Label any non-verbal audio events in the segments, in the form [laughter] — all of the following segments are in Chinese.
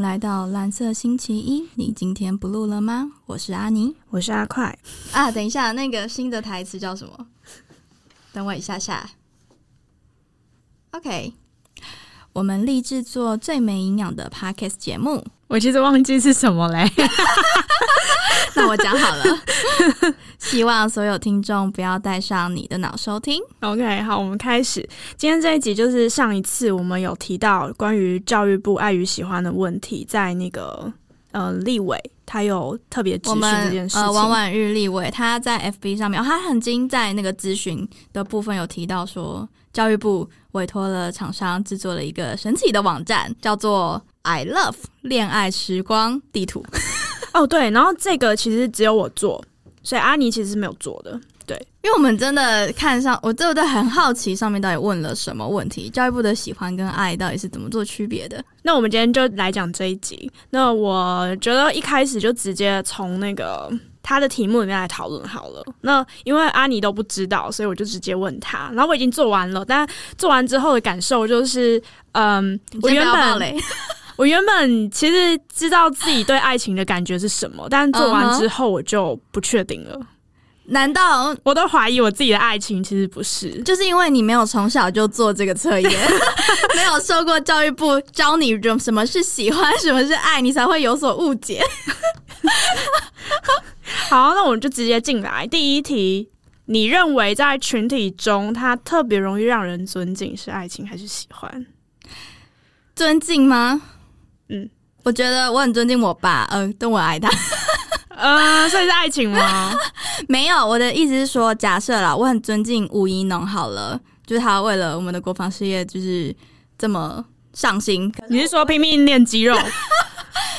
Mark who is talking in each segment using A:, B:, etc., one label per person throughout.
A: 来到蓝色星期一，你今天不录了吗？我是阿尼
B: 我是阿快，
A: 啊，等一下，那个新的台词叫什么？等我一下下。OK，我们立志做最没营养的 Podcast 节目。
B: 我其实忘记是什么嘞。
A: [laughs] 那我讲好了， [laughs] 希望所有听众不要带上你的脑收听。
B: [laughs] OK，好，我们开始。今天这一集就是上一次我们有提到关于教育部爱与喜欢的问题，在那个呃立委他有特别指
A: 我
B: 出这
A: 们
B: 件事情。
A: 呃，婉婉日立委他在 FB 上面，哦、他很经在那个咨询的部分有提到说，教育部委托了厂商制作了一个神奇的网站，叫做 I Love 恋爱时光地图。
B: 哦对，然后这个其实只有我做，所以阿尼其实是没有做的。
A: 因为我们真的看上，我真的很好奇上面到底问了什么问题，教育部的喜欢跟爱到底是怎么做区别的？
B: 那我们今天就来讲这一集。那我觉得一开始就直接从那个他的题目里面来讨论好了。那因为阿尼都不知道，所以我就直接问他。然后我已经做完了，但做完之后的感受就是，嗯，我
A: 你先
B: 原
A: 不要暴
B: 本
A: 雷
B: 我原本其实知道自己对爱情的感觉是什么，但做
A: 嗯
B: 完之后我就不确定了。
A: 难道
B: 我都怀疑我自己的爱情其实不是。
A: 就是因为你没有从小就做这个测验， [laughs] 没有受过教育部教你什么是喜欢，什么是爱，你才会有所误解？
B: 好，那我们就直接进来第一题。你认为在群体中，他特别容易让人尊敬，是爱情还是喜欢？
A: 尊敬吗？
B: 嗯，
A: 我觉得我很尊敬我爸，呃，但我爱他。 [laughs]
B: 呃，所以是爱情吗？
A: 没有，我的意思是说，假设啦，我很尊敬吴一农好了，就是他为了我们的国防事业，就是这么上心，
B: 你是说拼命练肌
A: [laughs]
B: 肉？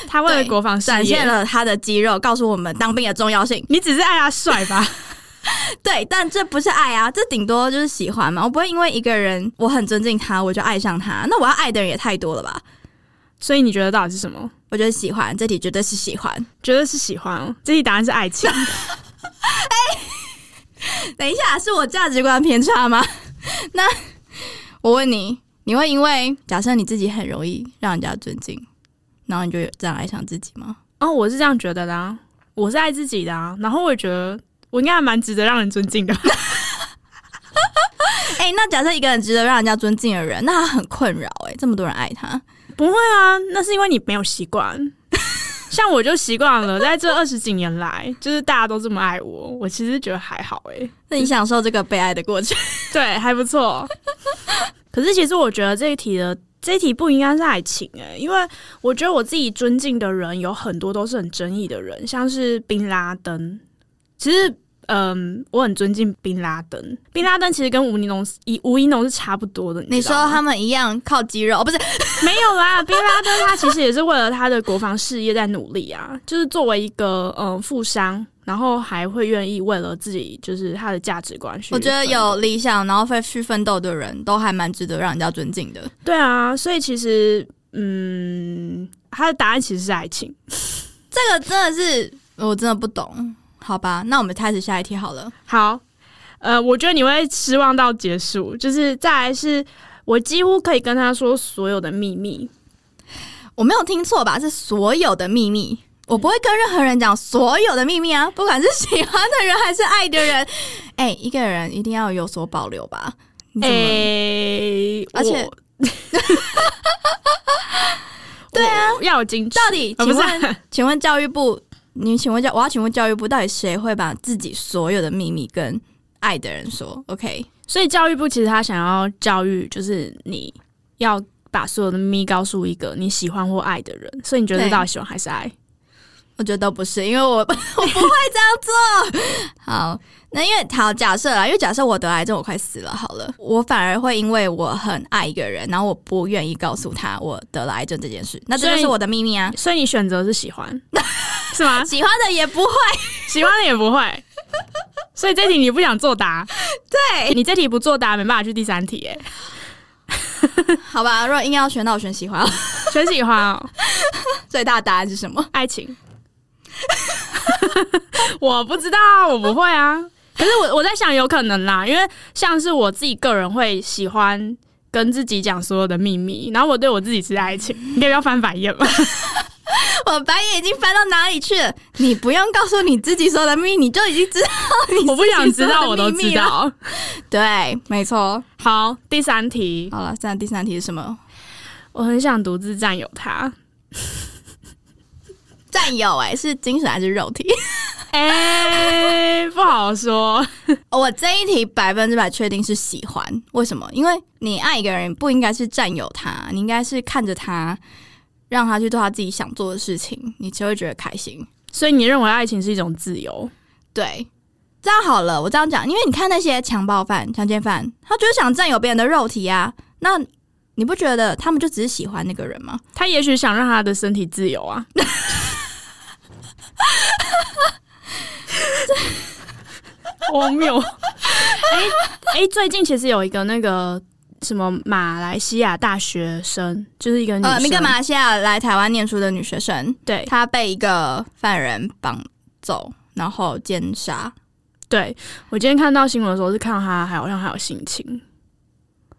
B: 他为了
A: 对
B: 国防事
A: 展现
B: 业，
A: 了他的肌肉，告诉我们当兵的重要性。
B: 你只是爱他帅吧？ [laughs]
A: 对，但这不是爱啊，这顶多就是喜欢嘛。我不会因为一个人我很尊敬他，我就爱上他。那我要爱的人也太多了吧？
B: 所以你觉得到底是什么？
A: 我觉得喜欢，这题绝对是喜欢。 [laughs]
B: 觉得是喜欢哦。这题答案是爱情。
A: 等一下，是我价值观偏差吗？ [laughs] 那我问你，你会因为假设你自己很容易让人家尊敬，然后你就这样爱上自己 [laughs] 吗？
B: 哦，我是这样觉得的、啊，我是爱自己的啊。然后我也觉得我应该还蛮值得让人尊敬的。
A: 哎、那假设一个很值得让人家尊敬的人，那他很困扰哎、这么多人爱他，
B: 不会啊，那是因为你没有习惯。 [laughs] 像我就习惯了，在这二十几年来，就是大家都这么爱我，我其实觉得还好诶、
A: 那你享受这个被爱的过程？
B: 对，还不错。 [laughs] 可是其实我觉得这一题的这一题不应该是爱情诶、因为我觉得我自己尊敬的人有很多都是很争议的人，像是宾拉登。其实，嗯，我很尊敬宾拉登。宾拉登其实跟吴一农是以吴一农是差不多的，
A: 你
B: 知道
A: 说
B: 吗
A: 他们一样靠肌肉，哦、不是
B: 没有啦，宾拉登他其实也是为了他的国防事业在努力啊，就是作为一个嗯富商，然后还会愿意为了自己就是他的价值观去。
A: 我觉得有理想，然后会去奋斗的人都还蛮值得让人家尊敬的。
B: 对啊，所以其实嗯，他的答案其实是爱情。
A: 这个真的是我真的不懂，好吧？那我们开始下一题好了。
B: 好，呃，我觉得你会失望到结束，就是再来是我几乎可以跟他说所有的秘密，
A: 我没有听错吧？是所有的秘密，我不会跟任何人讲所有的秘密啊，不管是喜欢的人还是爱的
B: [laughs]
A: 人。哎、一个人一定要有所保留吧？你怎么？
B: 哎诶、
A: 而且
B: 我。 [laughs] 对啊，要有矜持。
A: 到底
B: 呃
A: 请
B: 不是啊
A: 问、请问教育部，你请问教我要请问教育部，到底谁会把自己所有的秘密跟爱的人说？OK，
B: 所以教育部其实他想要教育，就是你要把所有的秘密告诉一个你喜欢或爱的人。所以你觉得
A: 对
B: 到底喜欢还是爱？
A: 我觉得都不是，因为我 [laughs] 我不会这样做。好，那因为好假设啦，因为假设我得癌症，我快死了，好了，我反而会因为我很爱一个人，然后我不愿意告诉他我得了癌症这件事，那这
B: 所
A: 就
B: 以
A: 是我的秘密啊。
B: 所以你选择是喜欢， [laughs] 是吗？
A: 喜欢的也不会，
B: 喜欢的也不会。所以这题你不想作答，对你这题不作答没办法去第三题，哎，
A: 好吧？如果硬要选，那我选喜欢。
B: 选喜欢哦，
A: [laughs] 最大答案是什么？ [laughs]
B: 爱情。 [laughs] 我不知道，我不会啊。可是我我在想，有可能啦，因为像是我自己个人会喜欢跟自己讲所有的秘密，然后我对我自己是爱情，你可以不要翻白眼吗？
A: 我白眼已经翻到哪里去了？你不用告诉你自己说的秘密，你就已经知道 [laughs] 你
B: [laughs] 我不想知道，我都
A: 自己说的秘
B: 知
A: 密了。
B: 道。
A: 对，没错。
B: 好，第三题，
A: 好了，现在第三题是什么？
B: 我很想独自占有他。
A: 占有、哎，是精神还是肉体？
B: 哎、不好说。
A: 哦我这一题百分之百确定是喜欢，为什么？因为你爱一个人不应该是占有他，你应该是看着他，让他去做他自己想做的事情，你就会觉得开心。
B: 所以你认为爱情是一种自由？
A: 对，这样好了，我这样讲，因为你看那些强暴犯、强奸犯，他就是想占有别人的肉体啊，那你不觉得他们就只是喜欢那个人吗？
B: 他也许想让他的身体自由啊。荒 [laughs] 谬！哎哎，最近其实有一个那个什么马来西亚大学生，就是一个女生，
A: 呃，那个马来西亚来台湾念书的女学生，
B: 对
A: 她被一个犯人绑走，然后奸杀。
B: 对，我今天看到新闻的时候是看到他还好像还有性侵，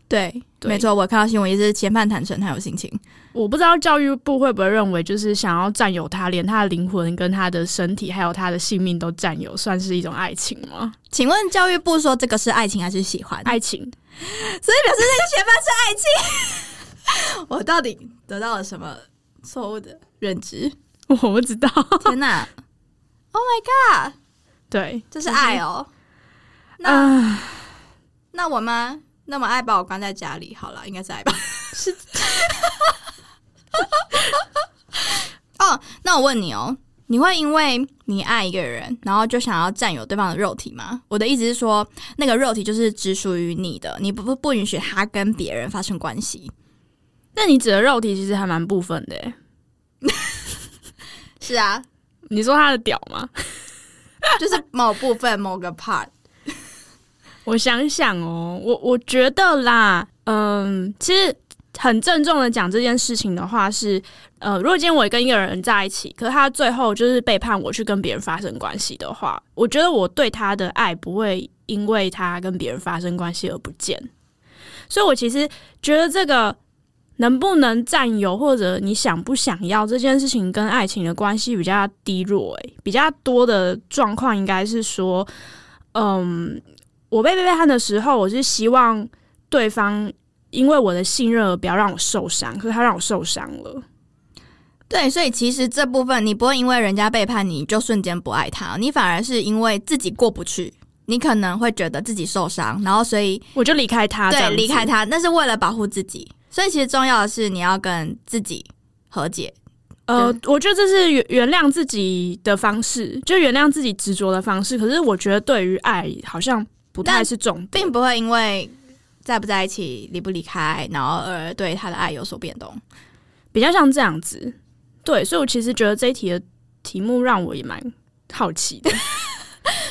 A: 对，
B: 对
A: 没错，我看到新闻也是嫌犯坦诚，他有性侵。
B: 我不知道教育部会不会认为就是想要占有他，连他的灵魂、跟他的身体还有他的性命都占有，算是一种爱情吗？
A: 请问教育部说这个是爱情还是喜欢？
B: 爱情
A: 所以表示那个嫌犯是爱情。 [laughs] 我到底得到了什么错误的认知？
B: 我不知道，
A: 天哪！Oh my god，
B: [laughs] 对，
A: 这是爱哦。那
B: 啊。
A: 那我妈那么爱把我关在家里，好了，应该是爱吧？
B: 是。
A: [laughs] 哦，那我问你哦，你会因为你爱一个人，然后就想要占有对方的肉体吗？我的意思是说，那个肉体就是只属于你的，你不不允许他跟别人发生关系。
B: 那你指的肉体其实还蛮部分的欸耶，
A: 是啊，
B: 你说他的屌吗？
A: 就是某部分某个 part。
B: 我想想哦，我我觉得啦，嗯，其实很郑重的讲这件事情的话是，呃，如果今天我跟一个人在一起，可是他最后就是背叛我去跟别人发生关系的话，我觉得我对他的爱不会因为他跟别人发生关系而不见，所以我其实觉得这个。能不能占有或者你想不想要这件事情跟爱情的关系比较低落、欸，比较多的状况应该是说，嗯，我被背叛的时候，我是希望对方因为我的信任而不要让我受伤，可是他让我受伤了。
A: [laughs] 对，所以其实这部分你不会因为人家背叛你就瞬间不爱他，你反而是因为自己过不去，你可能会觉得自己受伤，然后所以
B: 我就离开他，这
A: 对
B: 样子
A: 离开。他，那是为了保护自己。所以其实重要的是你要跟自己和解。
B: 呃，我觉得这是原原谅自己的方式，就原谅自己执着的方式。可是我觉得对于爱好像不太
A: 但
B: 是重点，
A: 并不会因为在不在一起、离不离开，然后而对他的爱有所变动。
B: 比较像这样子。对，所以我其实觉得这一题的题目让我也蛮好奇的， [laughs]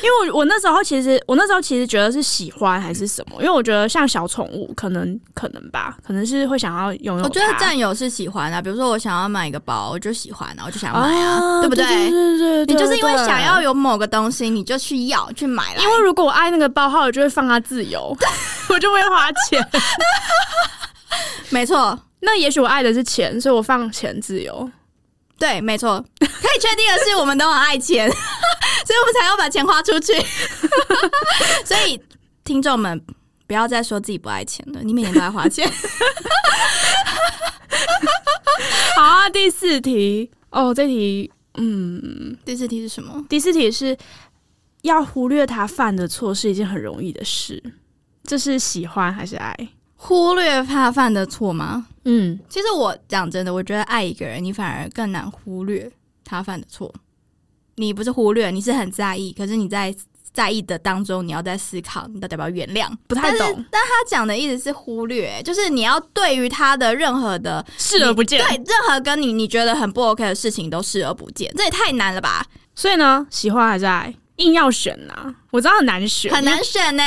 B: 因为我我那时候其实我那时候其实觉得是喜欢还是什么，因为我觉得像小宠物，可能可能吧，可能是会想要拥有它。
A: 我觉得占有是喜欢啊，比如说我想要买一个包，我就喜欢啊，我就想买
B: 哎
A: 啊，
B: 呀，
A: 对不
B: 对？
A: 对
B: 对对
A: 你就是因为
B: 对
A: 想要有某个东西，你就去要去买了。
B: 因为如果我爱那个包号，我就会放他自由， [laughs] 我就不会花钱。 [laughs]
A: 没错，
B: 那也许我爱的是钱，所以我放钱自由。
A: 对，没错，可以确定的是，我们都很爱钱， [laughs] 所以我们才要把钱花出去。 [laughs] 所以，听众们不要再说自己不爱钱了，你每年都在花钱。
B: 好啊，第四题哦，这题嗯，
A: 第四题是什么？
B: 第四题是要忽略他犯的错是一件很容易的事，这是喜欢还是爱？
A: 忽略他犯的错吗？
B: 嗯，
A: 其实我讲真的，我觉得爱一个人，你反而更难忽略他犯的错。你不是忽略，你是很在意，可是你在在意的当中，你要在思考，你到底要不要原谅？
B: 不太
A: 但是
B: 懂，
A: 但他讲的意思是忽略，就是你要对于他的任何的
B: 视而不见。
A: 对，任何跟你你觉得很不 OK 的事情都视而不见，这也太难了吧，
B: 所以呢，喜欢还是爱？硬要选呐、我知道很难选，
A: 很难选呢、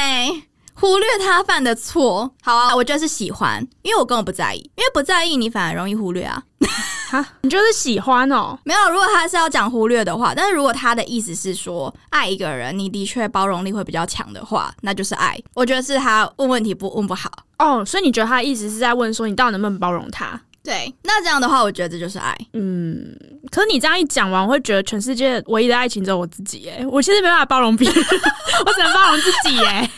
A: 忽略他犯的错，好啊，我觉得是喜欢，因为我根本不在意，因为不在意你反而容易忽略啊。
B: 哈，你就是喜欢哦。
A: 没有，如果他是要讲忽略的话，但是如果他的意思是说爱一个人，你的确包容力会比较强的话，那就是爱。我觉得是他问问题不问不好。
B: 哦，所以你觉得他的意思是在问说，你到底能不能包容他？
A: 对，那这样的话，我觉得这就是爱。
B: 嗯，可是你这样一讲完，我会觉得全世界唯一的爱情只有我自己哎、我其实没办法包容别人， [laughs] 我只能包容自己哎、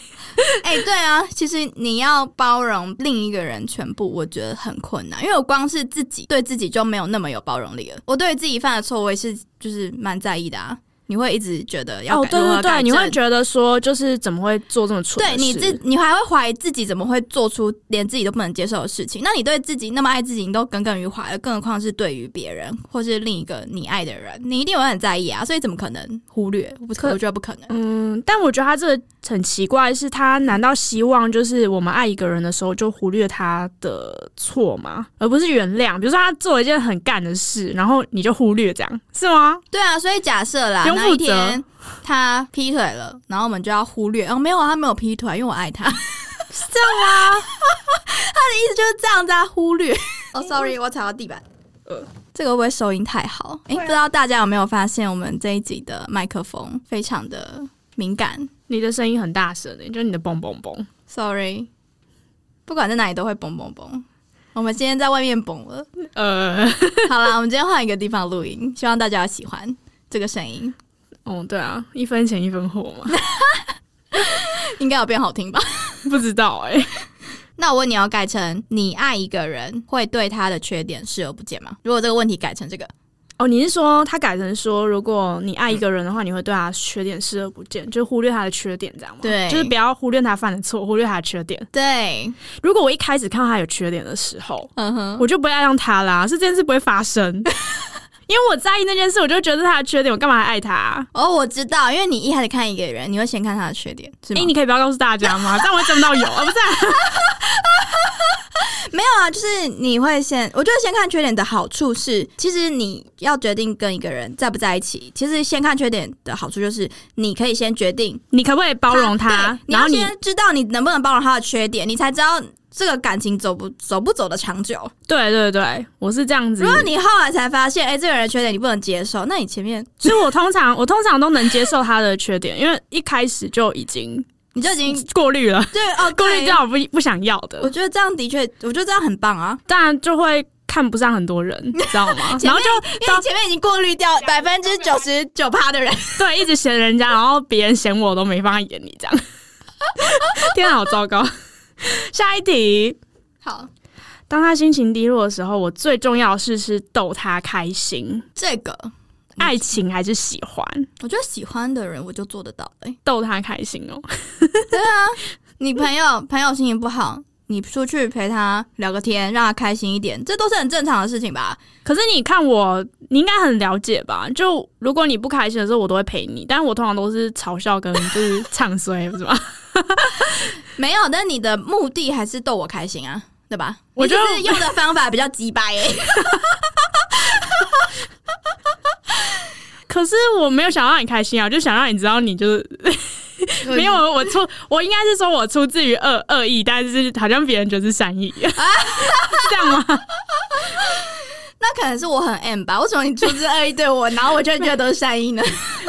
A: 哎、对啊，其实你要包容另一个人全部，我觉得很困难，因为我光是自己对自己就没有那么有包容力了。我对于自己犯的错，我也是就是蛮在意的啊。你会一直觉得 [laughs] 要
B: 哦，
A: 改
B: 对
A: 如何
B: 对
A: 改
B: 对，你会
A: 正
B: 觉得说就是怎么会做这么蠢的
A: 对你
B: 事？
A: 自你还会怀疑自己怎么会做出连自己都不能接受的事情？那你对自己那么爱自己，你都耿耿于怀了，更何况是对于别人或是另一个你爱的人，你一定会很在意啊。所以怎么可能忽略？我不可，
B: 可
A: 我觉得不可能。
B: 嗯，但我觉得他这个很奇怪，是他难道希望就是我们爱一个人的时候就忽略他的错吗？而不是原谅？比如说他做了一件很干的事，然后你就忽略这样是吗？
A: 对啊，所以假设啦，
B: 不用
A: 那一
B: 负责
A: 天他劈腿了，然后我们就要忽略哦，没有啊，他没有劈腿，因为我爱他，是这样吗？ [laughs] 他的意思就是这样子啊，忽略。 [laughs] 哦、s o r r y 我踩到地板。
B: 呃
A: 这个会不会收音太好？哎、
B: 会啊
A: 不知道大家有没有发现，我们这一集的麦克风非常的敏感。
B: 你的声音很大声欸诶、就是你的嘣嘣嘣。
A: Sorry，不管在哪里都会嘣嘣嘣。我们今天在外面嘣 [laughs] 了。
B: 呃，
A: 好啦，我们今天换一个地方录音，希望大家喜欢这个声音，
B: 哦，对啊，一分钱一分货嘛， [laughs]
A: 应该有变好听吧？
B: 不知道欸诶、
A: 那我问你要改成你爱一个人会对他的缺点视而不见吗？如果这个问题改成这个，
B: 哦，你是说他改成说，如果你爱一个人的话，你会对他缺点视而不见，就忽略他的缺点，这样吗？
A: 对
B: 就是不要忽略他犯的错，忽略他的缺点。
A: 对，
B: 如果我一开始看到他有缺点的时候，
A: 嗯哼，
B: 我就不会爱上他啦，是这件事不会发生。 [laughs] 因为我在意那件事，我就觉得他的缺点，我干嘛还爱他、啊
A: 哦，我知道，因为你一开始看一个人，你会先看他的缺点，是
B: 哎、
A: 吗？
B: 你可以不要告诉大家吗？这样我会争到有啊，不是、啊？
A: 没有啊，就是你会先，我觉得先看缺点的好处是，其实你要决定跟一个人在不在一起，其实先看缺点的好处就是，你可以先决定
B: 你可不可以包
A: [laughs]
B: 容
A: 对
B: 他？
A: 你要
B: 然后你
A: 先知道你能不能包容他的缺点，你才知道这个感情走不走不走的长久。
B: 对对对，我是这样子
A: 如。果你后来才发现，哎、这个人的缺点你不能接受，那你前面
B: 所以我通常我通常都能接受他的缺点，因为一开始就已经
A: 你就已经
B: 过滤了，
A: 对哦，
B: 过滤
A: 嗯对，
B: 掉我不不想要的
A: 我，觉得这样的确，我觉得这样很棒啊。
B: 当然就会看不上很多人，你知道吗？然后就
A: 因 [laughs] 为你前面已经过滤掉百分之九十九趴的人，
B: 对，一直嫌人家，然后别人嫌我都没放在眼里，这样。 [laughs] 天啊，好糟糕！ [laughs] 下一题，
A: [laughs] 好，
B: 当他心情低落的时候，我最重要的事是逗他开心，
A: 这个
B: 爱情还是喜欢，
A: 我觉得喜欢的人我就做得到、哎，
B: 逗他开心哦。
A: 你朋友 [laughs] 朋友心情不好，你出去陪他聊个天，让他开心一点，这都是很正常的事情吧？
B: 可是你看我，你应该很了解吧？就如果你不开心的时候，我都会陪你，但我通常都是嘲笑跟就是唱衰，不是吗？ [laughs]
A: 没有，但你的目的还是逗我开心啊，对吧？
B: 我觉得
A: 你只是用的方法比较鸡掰、哎，
B: 可是我没有想让你开心啊，我就想让你知道你就是 [laughs] 没有，我出，我应该是说我出自于恶恶意，但是好像别人觉得是善意，是这样吗？
A: [laughs] 那可能是我很 M 吧？为什么你出之恶意对我，然后我就觉得都是善
B: [laughs]
A: 意呢？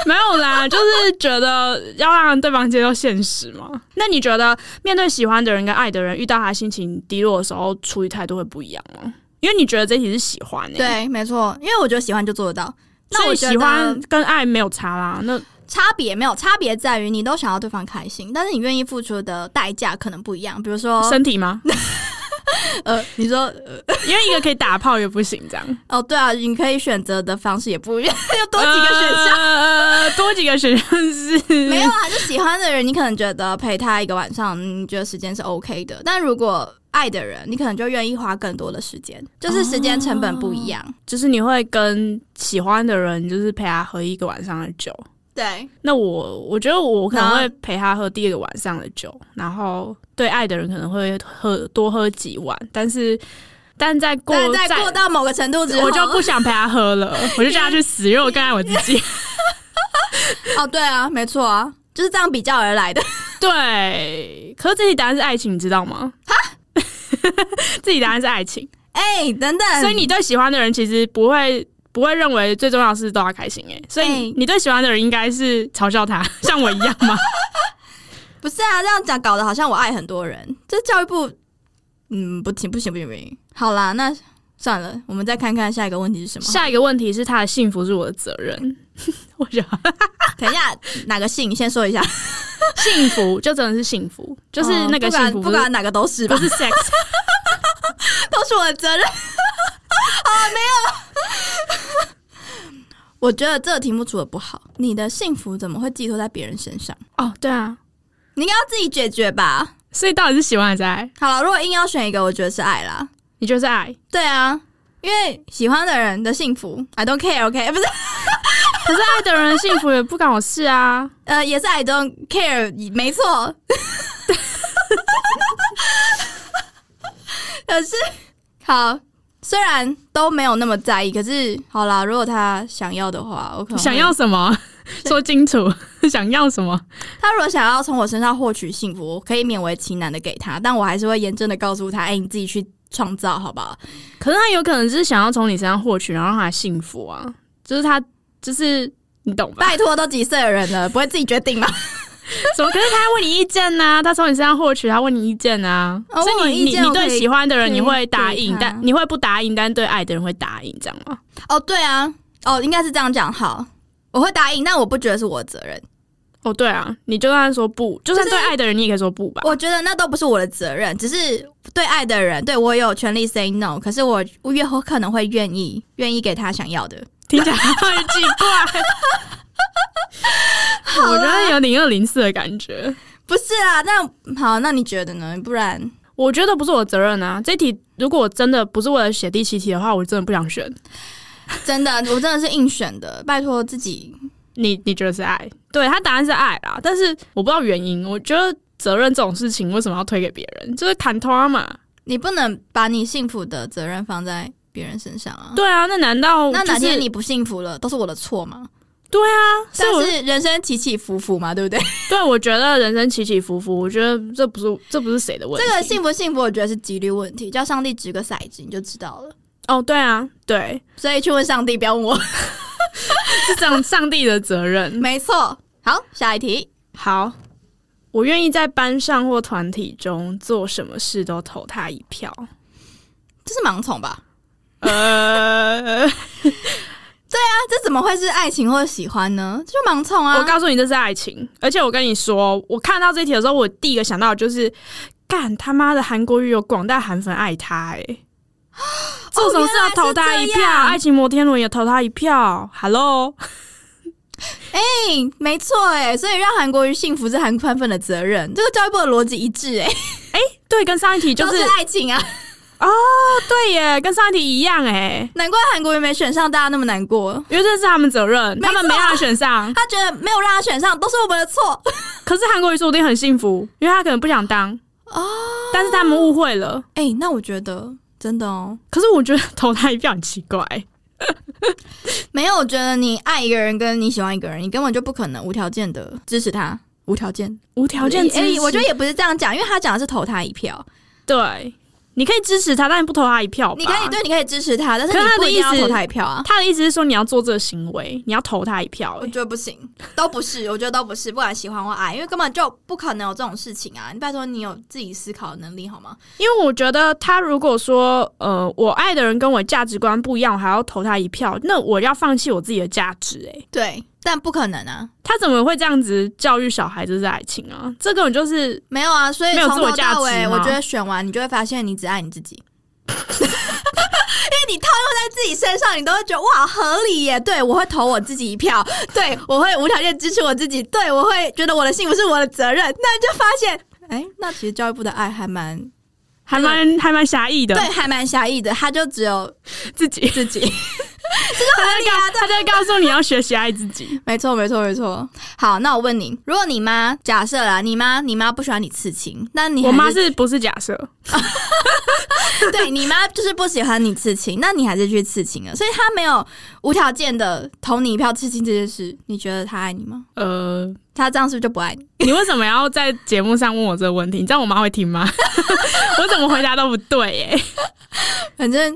B: 没有啦，就是觉得要让对方接受现实嘛。那你觉得面对喜欢的人跟爱的人，遇到他心情低落的时候，处理态度会不一样吗？因为你觉得这题是喜欢、欸，，
A: 对，没错，因为我觉得喜欢就做得到。那
B: 所
A: 我
B: 以
A: 觉得
B: 喜欢跟爱没有差啦。 [laughs] 那
A: 差别没有差别在于你都想要对方开心，但是你愿意付出的代价可能不一样。比如说，
B: 身体吗？
A: 呃，你说，呃
B: 因为一个可以打炮，一个不行，这 [laughs] 样
A: 哦，对啊，你可以选择的方式也不一样， [laughs] 有多几个选项。
B: 呃， [laughs] 多几个选项是
A: 没有啊，就喜欢的人，你可能觉得陪他一个晚上，你觉得时间是 OK 的。但如果爱的人，你可能就愿意花更多的时间，就是时间成本不一样。
B: 就是你会跟喜欢的人，就是陪他喝一个晚上的酒。
A: 对，
B: 那我我觉得我可
A: 然
B: 能
A: 后
B: 会陪他喝第一个晚上的酒，然后对爱的人可能会喝多喝几碗，但是但在过
A: 但在过到某个程度之后，
B: 我就不想陪他喝
A: [laughs]
B: 了，我就叫他去死，因为我更爱我自己。
A: 哦，对啊，没错啊，就是这样比较而来的。
B: [laughs]
A: [laughs]
B: 对，可是这题答案是爱情，你知道吗？哈， [laughs] 这题答案是爱情，
A: 哎、等等，
B: 所以你对喜欢的人其实不会。不会认为最重要的是逗他开心哎、所以
A: 哎
B: 你你对喜欢的人应该是嘲笑他， [laughs] 像我一样
A: [laughs]
B: 吗？
A: 不是啊，这样讲搞得好像我爱很多人，这教育部，嗯，不行不行不行不行。好啦，那算了，我们再看看下一个问题是什么。
B: 下一个问题是他的幸福是我的责任， [laughs] 我觉得
A: 等一下，哪个姓？你先说一下，
B: 幸福就真的是幸福，就是
A: 哦
B: 那个
A: 不管
B: 幸福
A: 不
B: 是
A: 管哪个都是吧
B: 不，是 sex，
A: 都是我的 [laughs] 责任。啊，没哦 [laughs] 啊有。我觉得这个题目出的不好，你的幸福怎么会寄托在别人身上？
B: [laughs] 哦，对啊，
A: 你应该要自己解决吧。
B: 所以到底是喜欢还是爱？
A: 好了，如果硬要选一个，我觉得是爱啦。
B: 你就是爱，
A: 对啊，因为喜欢的人的幸福，I don't care，OK，、不是， [laughs]
B: 可是爱的人的幸福也不关我事啊。
A: 呃，也是 I don't care，没错。 [laughs] 可是，好，虽然都没有那么在意，可是好啦，如果他想要的话，我可能会
B: 想要什么？说清楚， [laughs] 想要什么？
A: 他如果想要从我身上获取幸福，我可以勉为其难的给他，但我还是会严正的告诉他，哎、你自己去创造好不好？
B: 可是他有可能是想要从你身上获取，然后让他幸福啊，就是他就是你懂吧？
A: 拜托，都几岁的人了，不会自己决定吗？
B: 怎么？可是他问你意见呢、啊他从你身上获取，他问你意见呢、
A: 哦
B: 所
A: 问我
B: 以你
A: 意
B: 你
A: 见
B: 你
A: 我可
B: 对
A: 以
B: 喜欢的人
A: 可以
B: 你会答
A: 给
B: 应
A: 他，
B: 但你会不答应，但对爱的人会答应，这样吗？
A: [laughs] 哦，对啊，哦，应该是这样讲好，我会答应，但我不觉得是我的责任，
B: 哦，对啊，你就算说不，就算对爱的人，你也可以说不吧。
A: 我觉得那都不是我的责任，只是对爱的人，对我有权利 say no，可是我我越后可能会愿意愿意给他想要的。
B: 听起来很奇
A: [laughs]
B: 怪。我觉得有零二零四的感觉。
A: 不是啊，那好，那你觉得呢？不然
B: 我觉得不是我责任啊。这题如果我真的不是为了写第七题的话，我真的不想选。
A: 真 [laughs] 的，我真的是硬选的，拜托自己
B: 你你觉得是爱？对他答案是爱啦，但是我不知道原因。我觉得责任这种事情为什么要推给别人？就是砍头啊嘛。
A: 你不能把你幸福的责任放在别人身上啊。
B: 对啊，那难道、
A: 那哪天
B: 就是
A: 你不幸福了，都是我的错吗？
B: 对啊？所以
A: 但
B: 我
A: 是人生起起伏伏嘛，对不对？
B: 对我觉得人生起起伏伏，我觉得这不是这不是谁的
A: [laughs]
B: 问
A: 这
B: 题。
A: 个幸不幸福，我觉得是几率问题，叫上帝掷个骰子你就知道了。
B: 哦，对啊，对，
A: 所以去问上帝，不要问我。
B: 是上上帝的责任。
A: 没错。好，下一题。
B: 好，我愿意在班上或团体中做什么事都投他一票。
A: 这是盲从吧？
B: 呃，
A: 啊，这怎么会是爱情或者喜欢呢？这就盲从啊！
B: [laughs] 我告诉你，这是爱情。而且我跟你说，我看到这题的时候，我第一个想到的就是，干他妈的韩国瑜有广大韩粉爱他、欸，做什么事要投他
A: 原来
B: 一票？
A: 是这样
B: 爱情摩天轮也投他一票。Hello， [laughs]
A: 哎没错哎、所以让韩国瑜幸福是韩宽粉的责任，这个教育部的逻辑一致 [laughs] 哎、
B: 对，跟上一题就
A: 都
B: 是
A: 是爱情啊！ [laughs]
B: 对耶，跟上一题一样哎，
A: 难怪韩国瑜没选上，大家那么难过。
B: 因为这是他们责任，
A: 没错
B: 他们没让他选上。
A: 他觉得没有让他选上都是我们的错，
B: 可是韩国瑜说不定很幸福，因为他可能不想当哦，但是他们误会了。
A: [laughs] 哎、那我觉得真的哦，
B: 可是我觉得投他一票很奇怪，
A: 没有，我觉得你爱一个人跟你喜欢一个人，你根本就不可能无条件的支持他，无条件。
B: 无条件支持。
A: 哎、我觉得也不是这样讲，因为他讲的是投他一票，
B: 对，你可以支持他，但不投他一票吧。
A: 你可以对，啊你可以支持他，但是
B: 可
A: 你
B: 是他的
A: 不一定要
B: 意思
A: 投他一票啊。
B: 他的意思是说，你要做这个行为，你要投他一票、
A: 我
B: 欸。
A: 觉得不行，都不是，我觉得都不是，不管喜欢或爱，因为根本就不可能有这种事情啊！你拜托，你有自己思考的能力好吗？
B: 因为我觉得他如果说，呃，我爱的人跟我价值观不一样，我还要投他一票，那我要放弃我自己的价值、欸。
A: 对，但不可能啊，
B: 他怎么会这样子教育小孩？这是爱情啊！这根本就是
A: 没有啊，所以
B: 没有
A: 从
B: 自
A: 头
B: 我价
A: 到尾，
B: 值
A: 我
B: 吗
A: 觉得选完你就会发现，你只爱你自己。 [laughs] 因为你套用在自己身上，你都会觉得哇合理耶！对我会投我自己一票，对我会无条件支持我自己，对我会觉得我的幸福是我的责任。那你就发现，哎、那其实教育部的爱还蛮
B: 还蛮还蛮狭义的
A: 对，，还蛮狭义的，他就只有
B: 自己
A: 自己。
B: [laughs] 他在告他在告诉你要学习爱自 [laughs] 己。
A: 没错，没错，没错。好，那我问你，如果你妈假设啦，你妈你妈不喜欢你刺青，那你还
B: 我妈是不是假设？
A: [laughs] 对你妈就是不喜欢你刺青，那你还是去刺青了，所以她没有无条件的投你一票刺青这件事，你觉得她爱你吗？
B: 呃，
A: 她这样是不是就不爱你？
B: 你为什么要在节目上问我这个问题？你知道我妈会听吗？ [laughs] 我怎么回答都不对耶、
A: 反正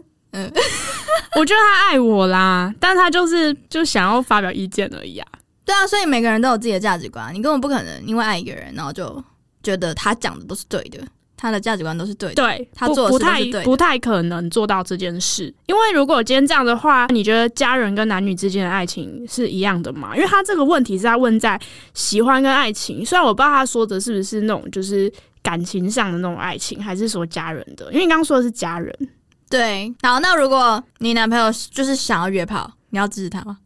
B: 我觉得他爱我啦，但他就是就想要发表意见而已啊。
A: 对啊，所以每个人都有自己的价值观，你根本不可能因为爱一个人，然后就觉得他讲的都是对的。他的价值观都是对的。
B: 对，
A: 他
B: 不
A: 做的
B: 不
A: 事都是
B: 太
A: 对的
B: 不太可能做到这件事，因为如果今天这样的话，你觉得家人跟男女之间的爱情是一样的吗？因为他这个问题是在问在喜欢跟爱情，虽然我不知道他说的是不是那种就是感情上的那种爱情，还是说家人的，因为你刚刚说的是家人，
A: 对，好，那如果你男朋友就是想要约炮，你要支持他吗？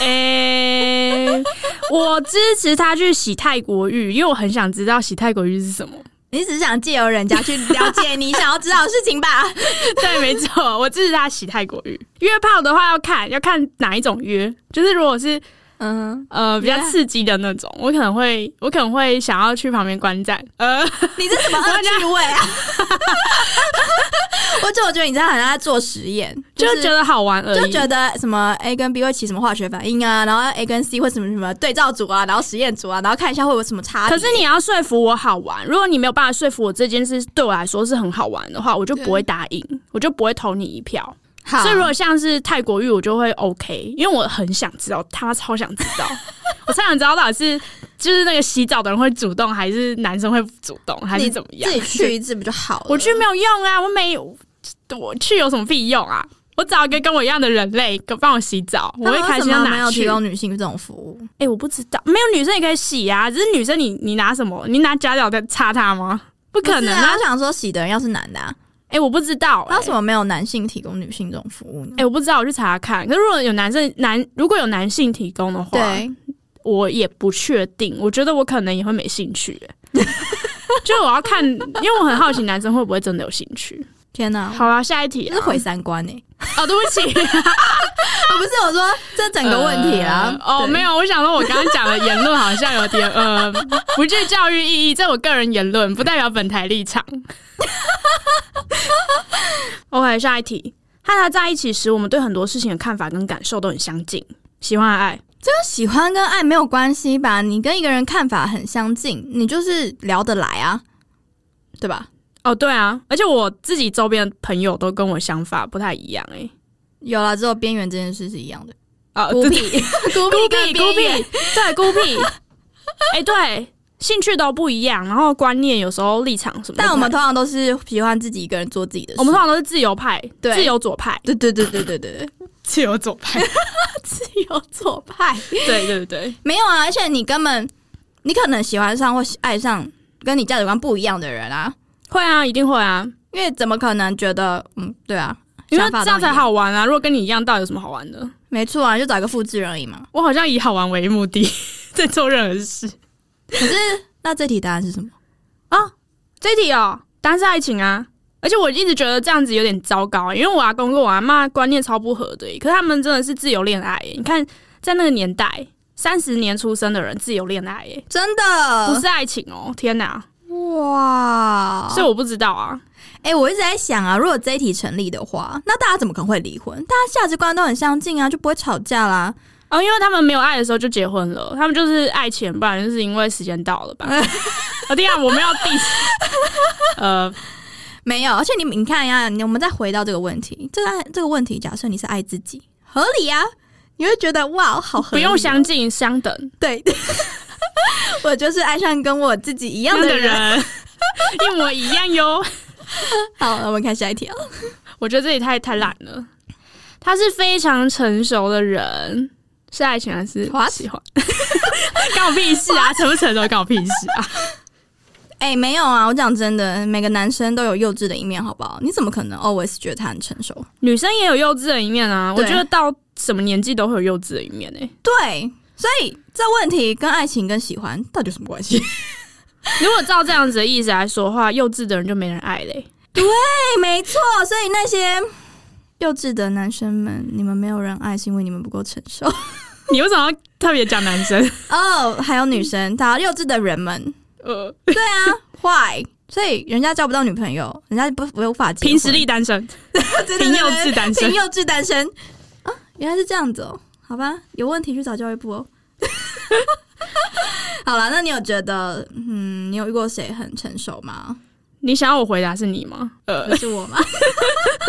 B: 诶、我支持他去洗泰国浴，因为我很想知道洗泰国浴是什么。
A: 你只是想借由人家去了解你想要知道的事情吧？
B: [laughs] 对，没错，我支持他洗泰国浴。约炮的话要看要看哪一种约，就是如果是
A: [laughs] 嗯， [laughs]
B: 呃比较刺激的那种，我可能会我可能会想要去旁边观战。呃，
A: 你这什么恶趣味啊？ [laughs] 我就我觉得你在好像在做实验，
B: 就是觉得好玩而已。
A: 就觉得什么 A 跟 B 会起什么化学反应啊，然后 A 跟 C 会什么什么对照组啊，然后实验组啊，然后看一下会有什么差别。
B: 可是你要说服我好玩，如果你没有办法说服我这件事对我来说是很好玩的话，我就不会答应，我就不会投你一票。
A: 好，
B: 所以如果像是泰国浴，我就会 OK，因为我很想知道，他妈超想知道， [laughs] 我超想知道到底是就是那个洗澡的人会主动，还是男生会主动，还是
A: 你
B: 怎么样？ [laughs]
A: 自己去一次不就好了？
B: 我去没有用啊，我没我去有什么屁用啊？我找一个跟我一样的人类帮我洗澡，我
A: 他们
B: 会开心
A: 为什
B: 到
A: 么没
B: 哪
A: 有提
B: 去？哎、哎
A: 供女性这种服务？
B: 我不知道，没有女生也可以洗啊，只是女生你你拿什么？你拿夹脚在擦它吗？不可能
A: 不是啊！我！想说，洗的人要是男的、啊，
B: 哎、我不知道、
A: 那
B: 哎
A: 为什么没有男性提供女性这种服务呢
B: 哎、？我不知道，我去查查看。可是如果有男生男，如果有男性提供的话，
A: 对，
B: 我也不确定，我觉得我可能也会没兴趣、欸。 [laughs] 就我要看，因为我很好奇男生会不会真的有兴趣。
A: 天哪，
B: 好啊，下一题、
A: 这
B: 啊。
A: 是毁三观呢、欸！
B: 哦，对不起，
A: 啊，不是，我说这整个问题啊。
B: 呃哦，
A: 对
B: 没有，我想说，我刚刚讲的言论好像有点呃，不具教育意义，这我个人言论，不代表本台立 [laughs] 场。OK，下一题。和他在一起时，我们对很多事情的看法跟感受都很相近，喜欢和爱。
A: 那喜欢跟爱没有关系吧？你跟一个人看法很相近，你就是聊得来啊，对吧？
B: 哦，对啊，而且我自己周边的朋友都跟我想法不太一样哎、欸
A: 有了之后，边缘这件事是一样的。
B: 啊，
A: 孤
B: 对
A: 僻，孤
B: 孤
A: 僻
B: 僻，
A: 跟
B: [laughs] 孤
A: 边缘，
B: 僻，对，孤 [laughs] 僻。哎、对，兴趣都不一样，然后观念有时候立场什么的不太，
A: 但我们通常都是喜欢自己一个人做自己的事。
B: 我们通常都是自由派，
A: 对
B: 自由左派，
A: 对对对对对对对，
B: [laughs] 自由左派，
A: 自由左派
B: 对对对，
A: 没有啊，而且你根本你可能喜欢上或爱上跟你价值观不一样的人啊，
B: [laughs] 会啊，一定会啊，
A: 因为怎么可能觉得嗯对啊，
B: 因为
A: 想法都
B: 这样才
A: 一
B: 好玩啊。如果跟你一样，到底有什么好玩的？
A: 没错啊，就找一个复制人而已嘛。
B: 我好像以好玩为目的在做任何事
A: 可是那这题答案是什么？
B: 啊。这题哦，当然是爱情啊。而且我一直觉得这样子有点糟糕、欸因为我阿公跟我阿妈观念超不合的、欸可是他们真的是自由恋爱、欸你看，在那个年代，三十年出生的人自由恋爱、耶，
A: 真
B: 不
A: 的
B: 是爱情哦、天哪！
A: 哇！
B: 所以我不知道啊。
A: 哎、我一直在想啊，如果这一题成立的话，那大家怎么可能会离婚？大家价值观都很相近啊，就不会吵架啦。
B: 哦，因为他们没有爱的时候就结婚了，他们就是爱钱，不然就是因为时间到
A: [laughs]
B: 了吧。我天啊，我们要 diss，呃，
A: 没有，而且你你看呀，你我们再回到这个问题，这个这个问题，假设你是爱自己，合理呀、你会觉得哇，好合
B: 不
A: 理哦、
B: 用相近相等
A: 对， [laughs] 我就是爱上跟我自己一
B: 一
A: 样的人。
B: 人，一模一样哟。
A: 好，我们看下一哦条。
B: 我觉得这里太太懒了。他是非常成熟的人，是爱情还是
A: What？
B: 喜欢？ [laughs] 干我屁事啊！成不成熟干我屁事啊！
A: 哎、没有啊，我讲真的，每个男生都有幼稚的一面，好不好？你怎么可能 always 觉得他很成熟？
B: 女生也有幼稚的一面啊，我
A: 对
B: 觉得到什么年纪都会有幼稚的一面诶、欸
A: 对，所以这问题跟爱情跟喜欢到底有什么关 [laughs] 系？
B: 如果照这样子的意思来说的话，幼稚的人就没人爱嘞、
A: 对，没错，所以那些幼稚的男生们，你们没有人爱，是因为你们不够成熟。
B: 你为什么要特别讲男生？
A: [laughs] 哦，还有女生，他幼稚的人 [laughs] 们，
B: [laughs] 呃，
A: 对啊，why？所以人家交不到女朋友，人家不无法结婚
B: 凭实力，单 [laughs] 身，
A: 对
B: 凭幼稚单身
A: 凭幼稚单身啊，原来是这样子哦，好吧，有问题去找教育部 [laughs] 哦。好了，那你有觉得，嗯，你有遇过谁很成熟吗？
B: [laughs] 你想要我回答是你吗？呃，
A: 不是我吗？
B: [laughs]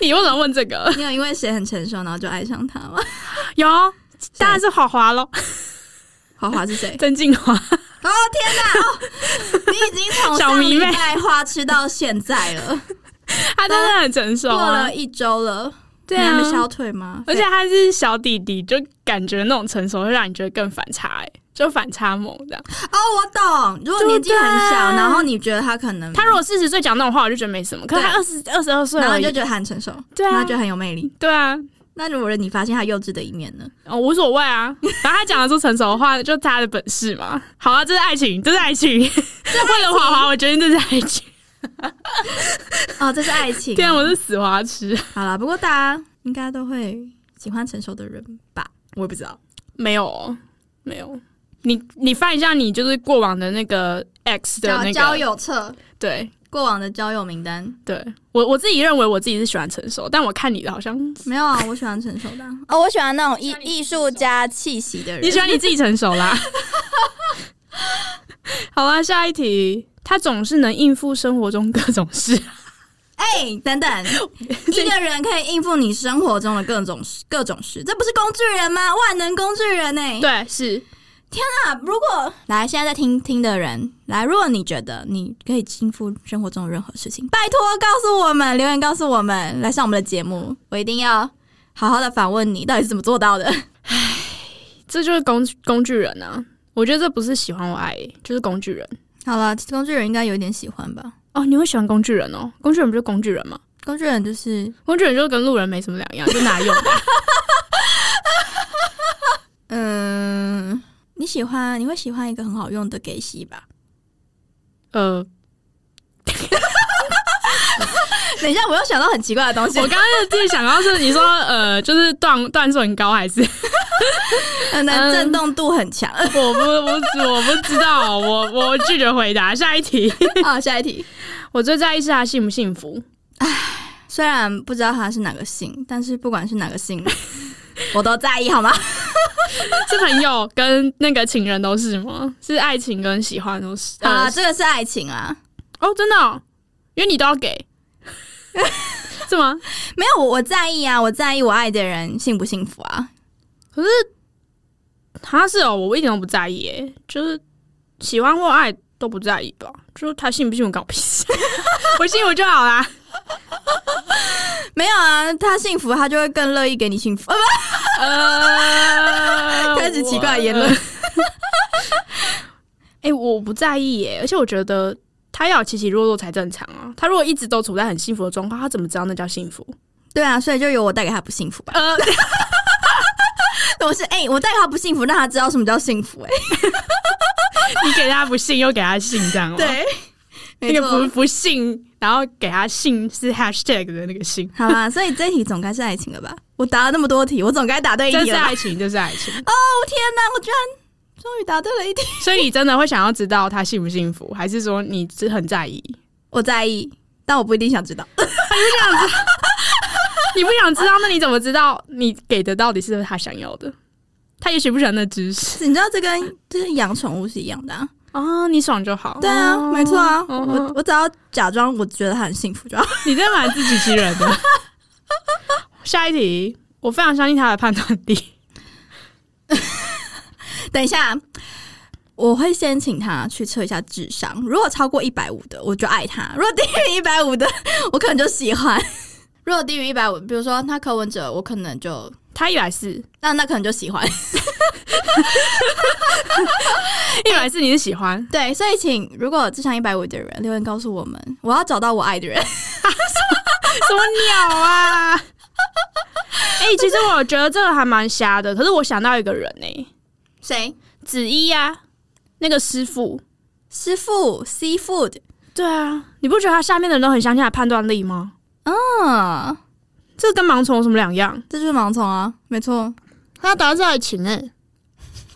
B: 你为什么问这
A: [laughs]
B: 个？
A: 你有因为谁很成熟，然后就爱上他 [laughs] 吗？
B: 啊有，当然是华华喽，
A: 华华是谁？
B: 曾静华。
A: 啊，哦天哪、哦你已经从
B: 小
A: 上
B: 迷
A: 礼
B: 妹
A: 拜花痴到现在 [laughs] 了，
B: [laughs] 他真的很成熟
A: 过
B: 啊
A: 了，一周了，
B: 对
A: 你还
B: 啊
A: 没，消退吗？
B: 而且他是小弟弟，就感觉那种成熟会让你觉得更反差、欸，就反差萌这样。
A: 哦，我懂。如果年纪很小，
B: 对不对
A: 然后你觉啊得他可能，
B: 他如果四十岁讲那种话，我就觉得没什么，可是他二十二十二岁
A: 然后
B: 而
A: 你就
B: 已，
A: 觉得他很成熟，
B: 对啊
A: 然后觉得很有魅力。
B: 对啊，
A: 那如果你发现他幼稚的一面呢？ [laughs]
B: 哦，无所谓 [laughs] 啊，反正他讲得出成熟的话，就他的本事嘛。好啊，这是爱情，这是爱情。 [laughs] 为了华华，我决定这是爱情。
A: 哦，这是爱情。
B: 天啊，我是死花痴。
A: 好啦，不过大家应该都会喜欢成熟的人吧？我也不知道。
B: 没有哦，没有。你你翻一下你就是过往的那个 X 的
A: 交
B: 那个
A: 交，友册，
B: 对
A: 过往的交友名单
B: 对，我我自己认为我自己是喜欢成熟，但我看你的好像
A: 没有啊？我喜欢成熟的啊、哦，我喜欢那种艺艺术家气息的人。
B: 你喜欢你自己成熟 [laughs] 啦。好啦，下一题，他总是能应付生活中各种事。
A: 哎、 [laughs] 等等，一个人可以应付你生活中的各种事，各种事，这不是工具人吗？万能工具人呢、
B: [laughs] 对，是
A: 那如果来现在在听听的人，来，如果你觉得你可以应付生活中的任何事情，拜托告诉我们，留言告诉我们，来上我们的节目，我一定要好好的反问你，到底是怎么做到的？
B: 这就是工工具人啊！我觉得这不是喜欢我爱，就是工具人
A: 好了，工具人应该有一点喜欢吧？
B: 哦。你会喜欢工具人哦？工具人不就工具人吗？
A: 工具人就是，
B: 工具人就跟路人没什么两样，就 [laughs] 拿用的。
A: 嗯，你喜欢，你会喜欢一个很好用的给洗吧？ [laughs]
B: 呃，
A: 等一下，我又想到很奇怪的东西
B: 我，刚刚就自己想到是你说呃，就是段段数很高还是
A: 可能
B: 嗯
A: 震动度很
B: [laughs]
A: 强。
B: 我不我我不知道，我我拒绝回答。下一题，
A: 好，下一题。
B: 我最在意是他幸不幸福。
A: 虽然不知道他是哪个姓，但是不管是哪个
B: [laughs]
A: 姓，我都在意，好吗？
B: 是朋友跟那个情人都是吗？是爱情跟喜欢都是？
A: 好啦，
B: 呃，
A: 这个是爱情啊。
B: 哦，真的、哦，因为你都要 [laughs] 给，是吗？
A: 没有，我我在意啊，我在意我爱的人幸不幸福啊。
B: 可是他是哦，我一点都不在意诶，就是喜欢或爱都不在意吧，就是他信不信我搞屁事， [laughs] 我信我就好啦。
A: 没有啊，他幸福，他就会更乐意给你幸福。呃
B: [laughs] 呃，
A: [laughs] 开始奇怪的言论
B: 我。啊哎、我不在意耶，而且我觉得他要有起起落落才正常啊。他如果一直都处在很幸福的状况，他怎么知道那叫幸福？
A: 对啊，所以就有我带给他不幸福
B: [laughs]
A: 吧。
B: 呃，
A: 我是哎、我带给他不幸福，让他知道什么叫幸福、哎，
B: 你给他不信，又给他信，这样吗？，
A: 对， [laughs] 没
B: 那个不
A: 错。
B: 不信，然后给他信是 hashtag 的那个信，
A: [laughs] 好啦，所以这一题总该是爱情了吧？我答了那么多题，我总该答对一
B: 这
A: 题
B: 是
A: 了吧。
B: 爱情，这是爱情。
A: 哦天哪，我居然终于答对了一题。 [laughs]
B: 所以你真的会想要知道他幸不幸福，还是说你只很在意？
A: 我在意，但我不一定想知道。 [laughs]
B: 你不想知道，那你怎么知道你给的到底是不是他想要的？他也许不喜欢那知识
A: 你知道这跟这跟养宠物是一样的、啊。
B: 哦，你爽就好。
A: 对啊，
B: 哦
A: 没错啊，
B: 哦
A: 我我只要假装我觉得他很幸福就好。 [laughs]
B: [laughs] 你真的蛮自欺欺人 [laughs] 的。下一题，我非常相信他的判断力。
A: 等一下，啊我会先请他去测一下智商，如果超过一百五的，我就爱他；如果低于一百五的， [laughs] 我可能就喜欢。如果低于一百五，比如说他柯文哲，我可能就
B: [laughs] 他一百四，一
A: 那那可能就喜欢。
B: 百四你是喜欢？
A: 对，所以请如果智商一百五的人留言告诉我们，我要找到我爱的人。
B: [laughs] 什么鸟 [laughs] 啊！哎、其实我觉得这个还蛮瞎的，可是我想到一个人呢、
A: [laughs] 谁？
B: 子怡啊，那个师傅。
A: 师傅，seafood。
B: 对啊，你不觉得他下面的人都很相信他的判断力吗？
A: 嗯，
B: 这跟盲从有什么两样？
A: 这就是盲从啊，没错。
B: 他答是爱情哎、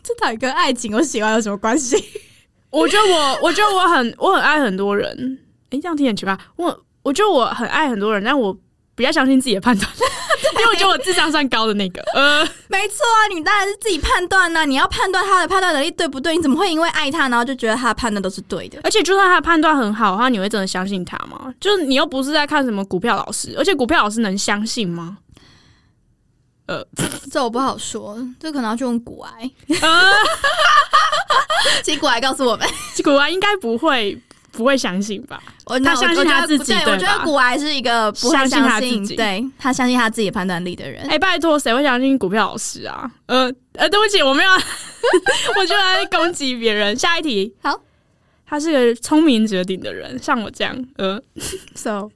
A: 这到底跟爱情我喜欢有什么关 [laughs] 系？
B: 我觉得我， [laughs] 我觉得我很，我很爱很多人。哎、这样听很奇怪。我，我觉得我很爱很多人，但我比较相信自己的判断， [laughs] 因为我觉得我智商算高的那个。呃，
A: 没错啊，你当然是自己判断呐、你要判断他的判断能力对不对？你怎么会因为爱他，然后就觉得他的判断都是对的？
B: 而且就算他的判断很好的话，你会真的相信他吗？就是你又不是在看什么股票老师，而且股票老师能相信吗？
A: [laughs] 这我不好说，这可能要去问古癌。
B: 呃，
A: 结果来告诉我们，
B: 古玩应该不会不会相信吧？
A: 我
B: 他相信他自己
A: 对，我觉
B: 对
A: 得
B: 吧
A: 古癌是一个不会
B: 相信他
A: 相
B: 自
A: 信，
B: 己
A: 对他相信他自己判断力的人
B: 哎、。拜托，谁会相信股票老师啊？呃呃，对不起，我没有 [laughs] 要，我就来攻击别人。下一题，
A: 好，
B: 他是个聪明绝顶的人，像我这样，
A: [laughs]
B: 呃，so，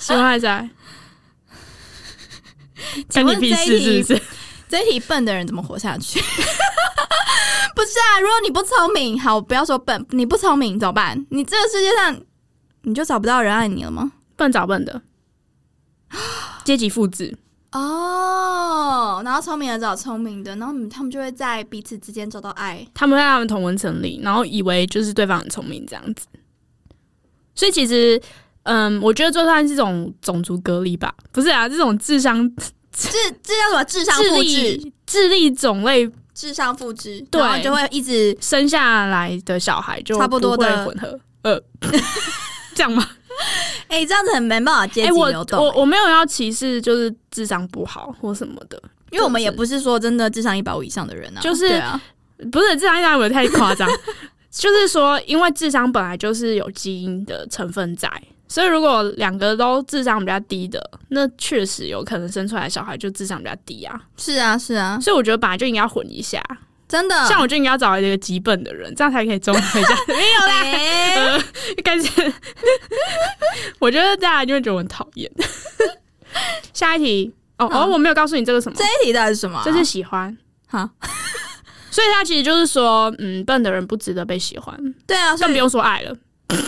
B: 喜欢还在，
A: 请
B: 跟你
A: 问
B: 屁
A: 这
B: 事
A: 一
B: 是
A: 题
B: 不是？
A: 这一题笨的人怎么活下去？ [laughs] 不是啊，如果你不聪明，好，不要说笨，你不聪明怎么办？你这个世界上你就找不到人爱你了吗？
B: 笨找
A: [laughs]
B: 笨的，阶级复制，
A: 哦，然后聪明的找聪明的，然后他们就会在彼此之间找到爱。
B: 他们在他们同文层里，然后以为就是对方很聪明这样子。所以其实，嗯，我觉得就算是这种种族隔离吧，不是啊，这种智商、
A: 这这叫什么？智商
B: 智
A: 复制，
B: 力、智力种类
A: 智商复制，
B: 对
A: 然后就会一直
B: 生下来的小孩就
A: 差不多的
B: 不会混合，呃， [laughs] 这样吗？
A: 哎、这样子很没办法阶
B: 哎、
A: 级
B: 我
A: 流动、欸
B: 我我没有要歧视，就是智商不好或什么的，
A: 因为我们也不是说真的智商一百五以上的人啊，
B: 就是
A: 对啊，
B: 不是智商有点太夸张， [laughs] 就是说，因为智商本来就是有基因的成分在，所以如果两个都智商比较低的，那确实有可能生出来的小孩就智商比较低啊。
A: 是啊是啊，
B: 所以我觉得本来就应该要混一下，
A: 真的
B: 像我就应该要找一个极笨的人，这样才可以综合一下。没有啦，
A: 哎 [laughs]
B: 呃，感觉我觉得大家就会觉得我很讨厌。 [laughs] 下一题，哦、哦，
A: 嗯
B: 我没有告诉你这个什么，
A: 这一题到底是什么啊？
B: 这是喜欢。
A: 好，
B: 所以他其实就是说，嗯，笨的人不值得被喜欢，
A: 对啊，所
B: 更不
A: 以
B: 用说爱了。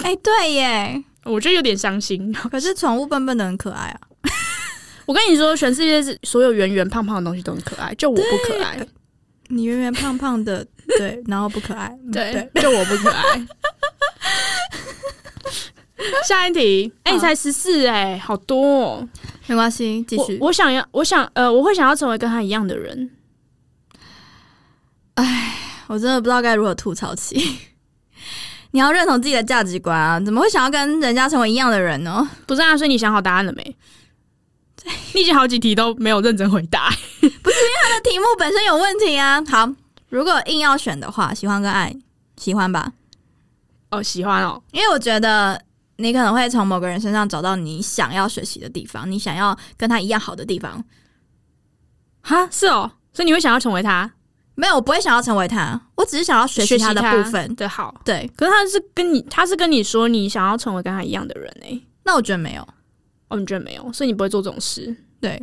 A: 哎、对
B: [laughs]
A: 耶，
B: 我觉得有点伤心。
A: 可是宠物笨笨的很可爱啊，
B: [laughs] 我跟你说，全世界是所有圆圆胖胖的东西都很可爱，就我不可爱，
A: 你圆圆胖胖
B: [laughs]
A: 的，对，然后不可爱，嗯
B: 对， [laughs] 就我不可爱。下一题，哎、
A: 好
B: 你才十四哎，好多、哦。
A: 没关系，继续
B: 我，我想要，我想，呃，我会想要成为跟他一样的人。
A: 我真的不知道该如何吐槽起。 [laughs] 你要认同自己的价值观啊！怎么会想要跟人家成为一样的人呢？ [laughs]
B: 不是啊，所以你想好答案了 [laughs] 没？你已经好几题都没有认真回答。
A: 他的题目本身有问题啊！好，如果硬要选的话，喜欢跟爱，喜欢吧，
B: 哦，喜欢哦，
A: 因为我觉得你可能会从某个人身上找到你想要学习的地方，你想要跟他一样好的地方。
B: 哈，是哦，所以你会想要成为他，
A: 没有，我不会想要成为他，我只是想要学习他的部分。
B: 对，好。
A: 对，
B: 可是他是跟你，他是跟你说你想要成为跟他一样的人哎、
A: 那我觉得没有。
B: 哦，你觉得没有，所以你不会做这种事。
A: 对，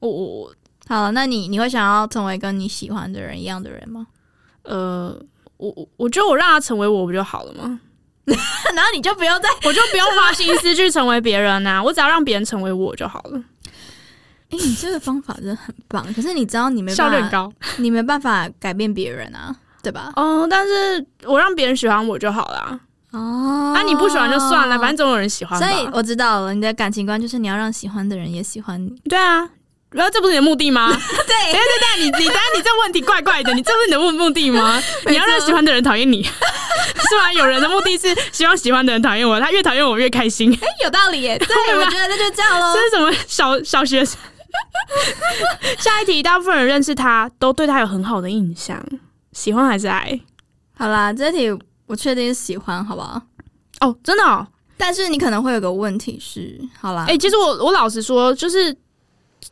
B: 我我我
A: 好了，那你你会想要成为跟你喜欢的人一样的人吗？ [laughs]
B: 呃，我我我觉得我让他成为我不就好了吗？
A: 然后你就不用再
B: 我就不用花心思去成为别人 [laughs] 呐、我只要让别人成为我就好了，
A: 哎、你这个方法真的很棒。可是你知道你没
B: 效率
A: 办
B: 很
A: 法，
B: 高。
A: 你没办法改变别人啊，对吧？
B: 哦，但是我让别人喜欢我就好啦。
A: 哦
B: 啊，你不喜欢就算了，反正总有人喜欢吧。
A: 所以我知道了，你的感情观就是你要让喜欢的人也喜欢你。
B: 对啊，然后这不是你的目 [laughs] 的
A: [laughs]
B: 吗？哎
A: 对，
B: 但你你当然你这问题怪怪的，你这不是你的目目的 [laughs] 吗？你要让喜欢的人讨厌你， [laughs] 是吧？有人的目的是希望喜欢的人讨厌我，他越讨厌我越开心，这
A: 有道 [laughs] 理耶。对，我觉得那就这样喽。
B: 是什么小小学生？ [laughs] 下一题，大部分人认识他都对他有很好的印象，喜欢还是爱？
A: 好啦，这题我确定是喜欢，好不好？
B: 哦，真的哦，
A: 但是你可能会有个问题是，好啦，
B: 哎、其实我我老实说，就是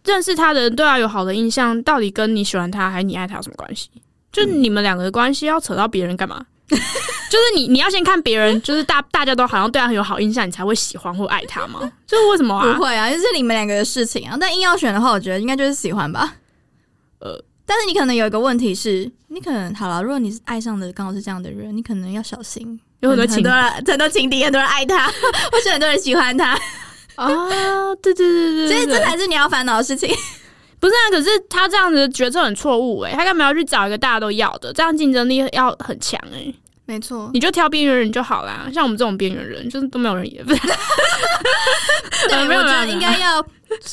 B: 认识他的人对他有好的印象，到底跟你喜欢他还是你爱他有什么关系？就
A: 嗯
B: 你们两个的关系要扯到别人干嘛？ [laughs] 就是你你要先看别人，就是大大家都好像对他很有好印象，你才会喜欢或爱他吗？就是为什么啊
A: 不？会啊，就是你们两个的事情啊。但硬要选的话，我觉得应该就是喜欢吧。
B: 呃
A: 呃，但是你可能有一个问题是，你可能好了，如果你是爱上的刚好是这样的人，你可能要小心，
B: 有很多
A: 很
B: 情
A: 多人很多情敌，很多人爱 [laughs] 他，或者很多人喜欢 [laughs] 他，
B: 啊，对对对
A: 所以
B: 对
A: 这
B: 对对，
A: 才是你要烦恼的事情。
B: 不是啊。可是他这样子的决策很错误哎，他干嘛要去找一个大家都要的？这样竞争力要很强哎、
A: [laughs] 没错，
B: 你就挑边缘人就好啦。像我们这种边缘人，就是都没有人也不 [laughs] 是。
A: 对，
B: 呃
A: 我
B: 没有
A: 觉
B: 没有
A: 得
B: 没有
A: 应该要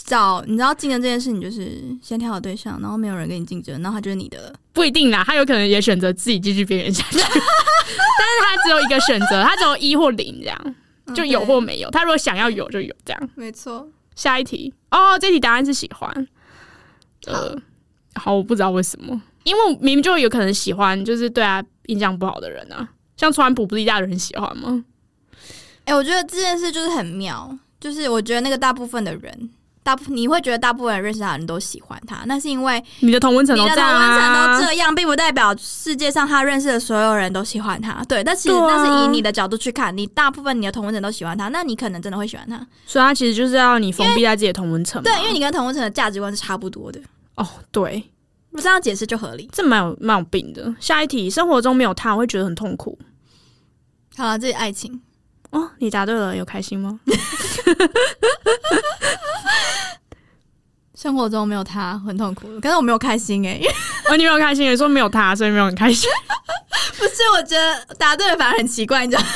A: 找，你知道竞争这件事情，就是先挑好对象，然后没有人跟你竞争，然后他就是你的了。
B: 不一定啦，他有可能也选择自己继续边缘下
A: [laughs]
B: 去，但是他只有一个选择，他只有一或零这样，就有或没有。他如果想要有就有这样。
A: 没错，
B: 下一题哦，这题答案是喜欢，呃，好，我不知道为什么，因为我明明就有可能喜欢，就是对他印象不好的人啊，像川普不是一大堆人喜欢吗？
A: 哎、我觉得这件事就是很妙，就是我觉得那个大部分的人，大部你会觉得大部分人认识他的人都喜欢他，那是因为
B: 你的同温层
A: 你
B: 都
A: 的
B: 这
A: 同
B: 样
A: 温层
B: 啊，
A: 都这样，并不代表世界上他认识的所有人都喜欢他。对，但其实
B: 对啊
A: 那是以你的角度去看，你大部分你的同温层都喜欢他，那你可能真的会喜欢他。
B: 所以他其实就是要你封闭在自己的同温层嘛。
A: 对，因啊为你跟同温层的价值观是差不多的，
B: 哦，对，
A: 我这样解释就合理。
B: 这蛮有蛮有病的。下一题，生活中没有他，我会觉得很痛苦。
A: 好了，这是爱情。
B: 哦，你答对了，有开心吗？ [laughs]
A: 生活中没有他很痛苦，可是我没有开心哎、因为
B: 哦，你没有开心，你说没有他，所以没有很开心。
A: 不是我觉得答对了反而很奇怪，你知道吗，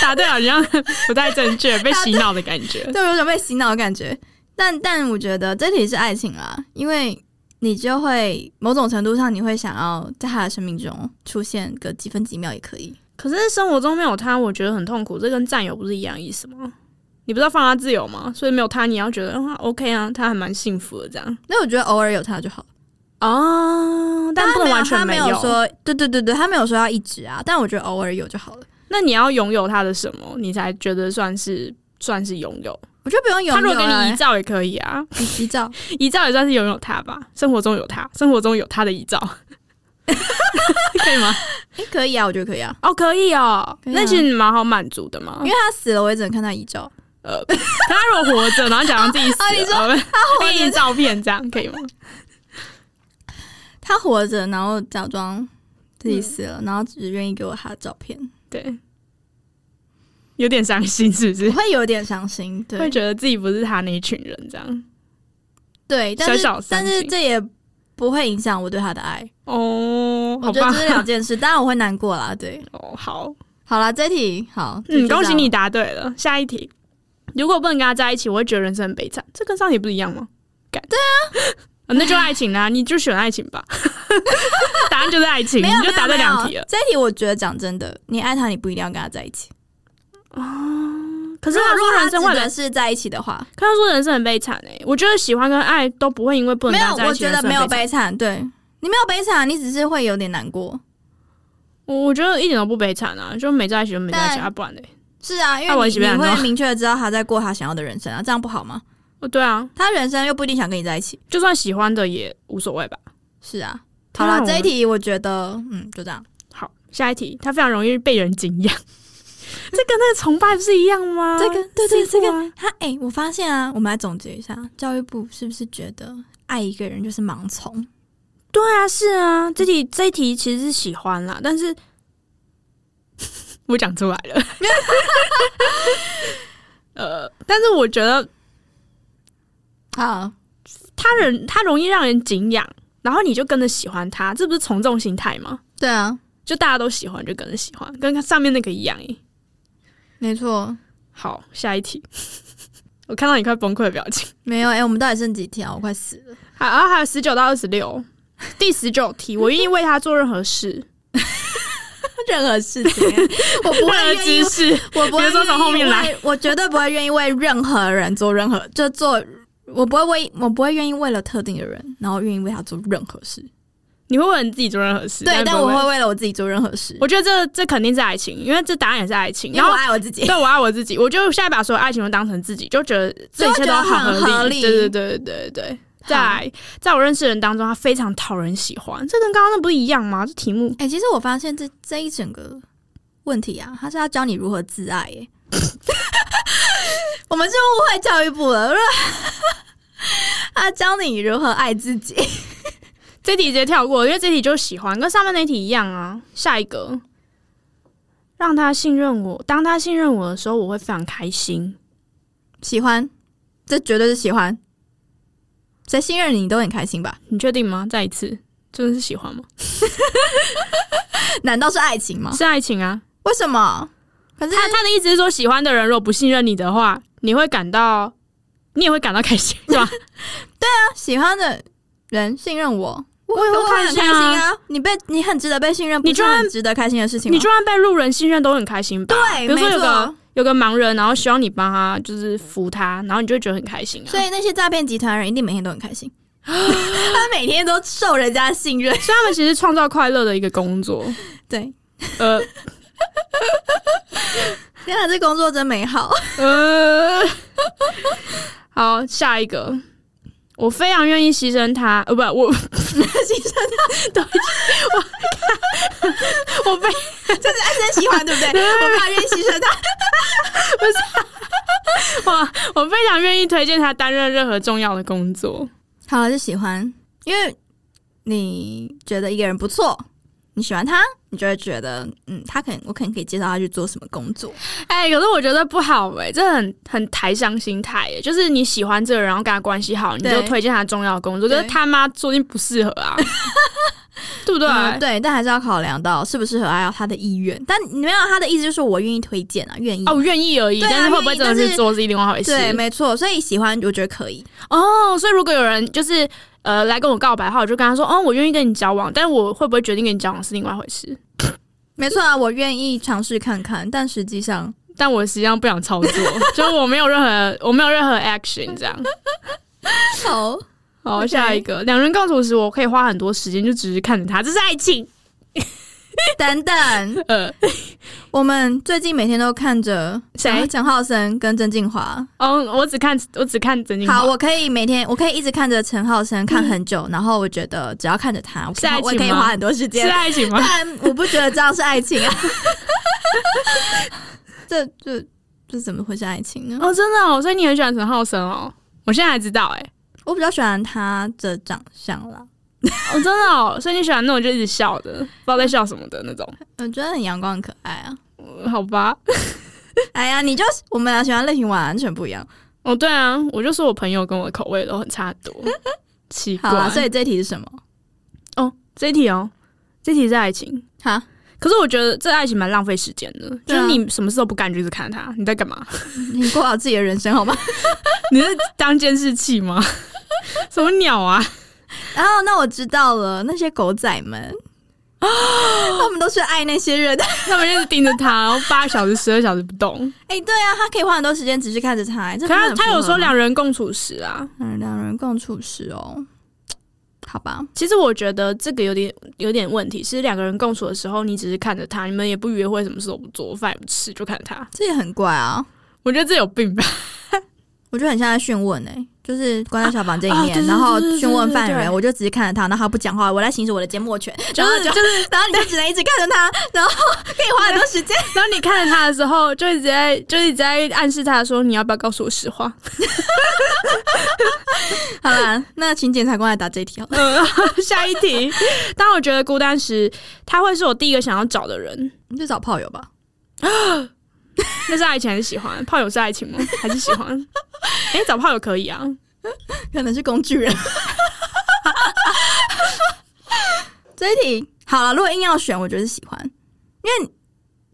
B: 答对好像 [laughs] 不太正确，被洗脑的感
A: [laughs]
B: 觉。
A: 就有种被洗脑的感觉。但但我觉得这题是爱情啦，因为你就会某种程度上你会想要在他的生命中出现个几分几秒也可以。
B: [laughs] 可是生活中没有他，我觉得很痛苦。这跟占有不是一样意思吗？你不是要放他自由吗？所以没有他，你要觉得啊 OK 啊，他还蛮幸福的这样。
A: 那我觉得偶尔有他就好，
B: 哦，但不能完全
A: 他没
B: 有。
A: 有说，对对对对，他没有说要一直啊，但我觉得偶尔有就好了。
B: 那你要拥有他的什么，你才觉得算是算是拥有？
A: 我觉得不用有、
B: 他如果给你遗照也可以啊，
A: 你遗照，
B: 遗照也算是拥有他吧。生活中有他，生活中有他的遗照， [laughs] 可以吗？
A: [laughs] 哎、可以啊，我觉得可以啊，
B: 哦，可以哦，
A: 可以啊
B: 那其实蛮好满足的嘛
A: 因。为他死了，我也只能看他遗照。
B: 呃，可他如果活着，然后假装自己死
A: [laughs] 哦你
B: [laughs]
A: 说
B: 了，
A: 活着
B: 配印照片这样可以吗？
A: 他活着，然后假装自己死了，然后只愿意给我他的照片，
B: 对，有点伤心是不
A: 我
B: 是？
A: 会有点伤心。
B: 会
A: 对
B: 觉得自己不是他那一群人这样。
A: 对，但是
B: 小小伤
A: 但
B: 心
A: 是这也不会影响我对他的爱。
B: 哦，
A: 我
B: 好
A: 觉
B: 吧
A: 得这，是两件事，当然我会难过啦。对，
B: 哦，好，
A: 好啦，这题好，
B: 嗯，
A: 就
B: 恭喜
A: 这
B: 你
A: 样。
B: 答对了。下一题，如果不能跟他在一起，我会觉得人生很悲惨。这跟上题不是一样吗？改对 [laughs] 啊、那就爱情啦，你就选爱情吧。 [laughs] 答案就是爱情，
A: 没有
B: 你就答对两
A: 没
B: 题
A: 有
B: 了。
A: 这题我觉得讲真的，你爱他，你不一定要跟他在一起。
B: 可是他
A: 如
B: 说
A: 果
B: 人生会
A: 他指
B: 很
A: 的是在一起的话，
B: 他说人生很悲惨哎、我觉得喜欢跟爱都不会因为不
A: 没
B: 能
A: 有，
B: 在
A: 我
B: 一起，
A: 觉得没有
B: 人生很惨。
A: 悲惨，对你没有悲惨，你只是会有点难过。
B: 我我觉得一点都不悲惨啊，就没在一起就没在一起
A: 但
B: 啊，不然嘞、
A: 是啊，因
B: 那我
A: 为
B: 一
A: 你
B: 起被
A: 你
B: 难过
A: 会明确的知道他在过他想要的人生啊，这样不好吗？
B: 哦，对啊，
A: 他人生又不一定想跟你在一起。
B: 就算喜欢的也无所谓吧。
A: 是啊，好
B: 天啊
A: 啦，这一
B: 我
A: 题我觉得，嗯，就这样。
B: 好，下一题，他非常容易被人敬仰，这跟那个崇拜不是一样吗？
A: 这个对对
B: 是一
A: 这个
B: 样啊
A: 他哎、我发现啊，我们来总结一下，教育部是不是觉得爱一个人就是盲从？
B: 对啊，是啊，这题这一题其实是喜欢啦，但是 [laughs] 我讲出来了， [laughs] 呃，但是我觉得
A: 好，
B: 他人他容易让人敬仰，然后你就跟着喜欢他，这不是从众心态吗？
A: 对啊，
B: 就大家都喜欢就跟着喜欢，跟上面那个一样诶。
A: 没错，
B: 好，下一题， [laughs] 我看到你快崩溃的表情。
A: 没有哎、我们到底剩几题啊？我快死了。
B: 好，然后还有十九到二十六，第十九题，我愿意为他做任何事，
A: [laughs] 任何事情， [laughs] 啊我不
B: 任
A: 会
B: 何
A: 愿意
B: 姿，势。
A: 我不
B: 比
A: 会
B: 如说从后面来
A: 愿意为，我绝对不会愿意为任何人做任何，就做，我不会为，我不会愿意为了特定的人，然后愿意为他做任何事。
B: 你会为了你自己做任何事，
A: 对，但
B: 不
A: 我
B: 为
A: 会为了我自己做任何事，
B: 我觉得这这肯定是爱情，因为这答案也是爱情。
A: 因
B: 然
A: 为我
B: 后
A: 爱我
B: [laughs]
A: 自己。
B: 对我爱我自己，我就现在把所有爱情都当成自己，就觉得这一切都
A: 就啊会觉得很合
B: 合
A: 理
B: 对对对对对对。在在我认识的人当中，他非常讨人喜欢，这跟刚刚那不是一样吗？这题目
A: 哎、其实我发现这这一整个问题啊，他是要教你如何自爱、耶。 [laughs] 我们是误会教育部了，他教你如何爱自己。
B: 这题直接跳过，因为这题就喜欢，跟上面那题一样啊。下一个，让他信任我，当他信任我的时候，我会非常开心。
A: 喜欢，这绝对是喜欢。谁信任你都很开心吧？
B: 你确定吗？再一次，真的是喜欢吗？
A: 难道是爱情吗？
B: 是爱情啊。
A: 为什么？可是
B: 他他的意思是说，喜欢的人如果不信任你的话，你会感到，你也会感到开心，是吧？
A: 喜欢的人信任我，我
B: 也会
A: 我会很
B: 开心
A: 开
B: 啊
A: 心啊！你被你很值得被信任，
B: 你
A: 不是
B: 就算
A: 很值得开心的事情吗？
B: 你就算被路人信任，都很开心吧？
A: 对，
B: 比如说
A: 没
B: 有
A: 错啊
B: 个。有个盲人，然后希望你帮他，就是扶他，然后你就会觉得很开心啊
A: 所。以那些诈骗集团的人一定每天都很开心。 [laughs] 他每天都受人家信任。
B: 所以他们其实创造快乐的一个
A: [laughs]
B: 工作。
A: 对，
B: 呃
A: 天啊，这工作真美好。
B: 呃， [laughs] 好，下一个，我非常愿意牺牲他，呃，
A: [laughs]
B: 不，我
A: 先生，
B: [laughs] 我 [laughs] 非
A: 真喜欢，对不对？我怕愿意牺牲他。
B: 我我非常愿意推荐他担任任何重要的工作。
A: 好了，就喜欢，因为你觉得一个人不错，你喜欢他，你就会觉得，嗯，他可能我可能可以介绍他去做什么工作。
B: [laughs] 哎、可是我觉得不好哎、这很很台商心态哎，就是你喜欢这个人，然后跟他关系好，你就
A: 对
B: 推荐他重要的工作，可
A: 对
B: 是他妈说不定不适合
A: [laughs]
B: 啊，对不对？
A: 嗯对，但还是要考量到适不适合，还有他的意愿。但你没有他的意思，就是我愿意推荐啊，愿意。
B: 哦，我愿意而已，
A: 对啊
B: 但是会不会真的
A: 愿意但
B: 去
A: 是
B: 做是另外一回事。
A: 对，没错，所以喜欢我觉得可以，
B: 哦，所以如果有人就是呃来跟我告白的话，我就跟他说，哦，我愿意跟你交往，但我会不会决定跟你交往是另外一回事。
A: 没错啊，我愿意尝试看看，但实际上
B: 但我实际上不想操作， [laughs] 就是我没有任何我没有任何 action 这样。
A: 好，
B: 好，
A: OK
B: 下一个，两人共处时，我可以花很多时间就只是看着他，这是爱情。
A: 等等，
B: 呃，
A: 我们最近每天都看着
B: 谁
A: 蒋浩生跟郑敬华。
B: 哦，我只看我只看曾经
A: 好，我可以每天，我可以一直看着陈浩生看很久，然后我觉得只要看着他，我
B: 是爱情吗
A: 我可以花很多时
B: 是
A: 间。
B: 爱情吗？
A: 但我不觉得这样是爱情啊！这这这怎么会是爱情呢？
B: [laughs] 哦，真的哦，所以你很喜欢陈浩生哦，我现在才知道哎、
A: 我比较喜欢他的长相啦，
B: 哦，真的哦，所以你喜欢那种就一直笑的，不知道在笑什么的那种，
A: 我觉得很阳光很可爱啊。 [laughs]
B: 呃好吧？
A: 哎呀，你就是我们俩喜欢类型完全不一样。
B: 哦，对啊，我就说我朋友跟我的口味都很差很 [laughs] 多，奇怪。
A: 好啦，所以这题是什么？
B: 啊哦，这一题哦，这一题是爱情，
A: 哈，
B: 可是我觉得这爱情蛮浪费时间的，就
A: 对啊
B: 是你什么事都不干，就是看他，你在干 [laughs] 嘛？
A: 你过好自己的人生好吗？
B: 你是当监视器 [laughs] 吗？什么鸟 [laughs] 啊？
A: 然后，那我知道了，那些狗仔们，
B: 啊
A: 他们都是爱那些人的。
B: 他们就是盯着他，然后八小时、十二小时不动。
A: 哎、对啊，他可以花很多时间只是看着他、这
B: 可
A: 不是
B: 他
A: 很
B: 他有
A: 符合
B: 说
A: 吗
B: 两人共处时啊，
A: 嗯两人共处时哦，好吧，
B: 其实我觉得这个有点有点问题，是两个人共处的时候，你只是看着他，你们也不约会，什么事都不做，饭也不吃，就看着他。
A: 这也很怪啊。
B: 我觉得这有病吧？
A: 我觉得很像在讯问哎、就是关在小房间里面，
B: 啊啊对对
A: 然后
B: 对对对
A: 讯问犯
B: 对对
A: 人，
B: 对
A: 我就只是看着他，然后他不讲话，我来行使我的缄默权，
B: 就
A: 然后
B: [laughs] 是
A: 就
B: 就是，
A: 然后你就只能一直看着他，然后可以花很多时
B: [laughs]
A: 间。
B: 然后你看着他的时候，就一直在就一直在暗示他说，你要不要告诉我实话？
A: 好啦，那请检察官来答这一题好了。
B: 嗯， [laughs] 下一题。当我觉得孤单时，他会是我第一个想要找的人。
A: 你就找炮友吧。
B: 那是爱情还是喜欢？炮友是爱情吗？还是喜 [laughs] 欢？哎、找炮友可以啊。
A: 可能是工具人。 [laughs] 这一题好了，如果硬要选，我觉得是喜欢。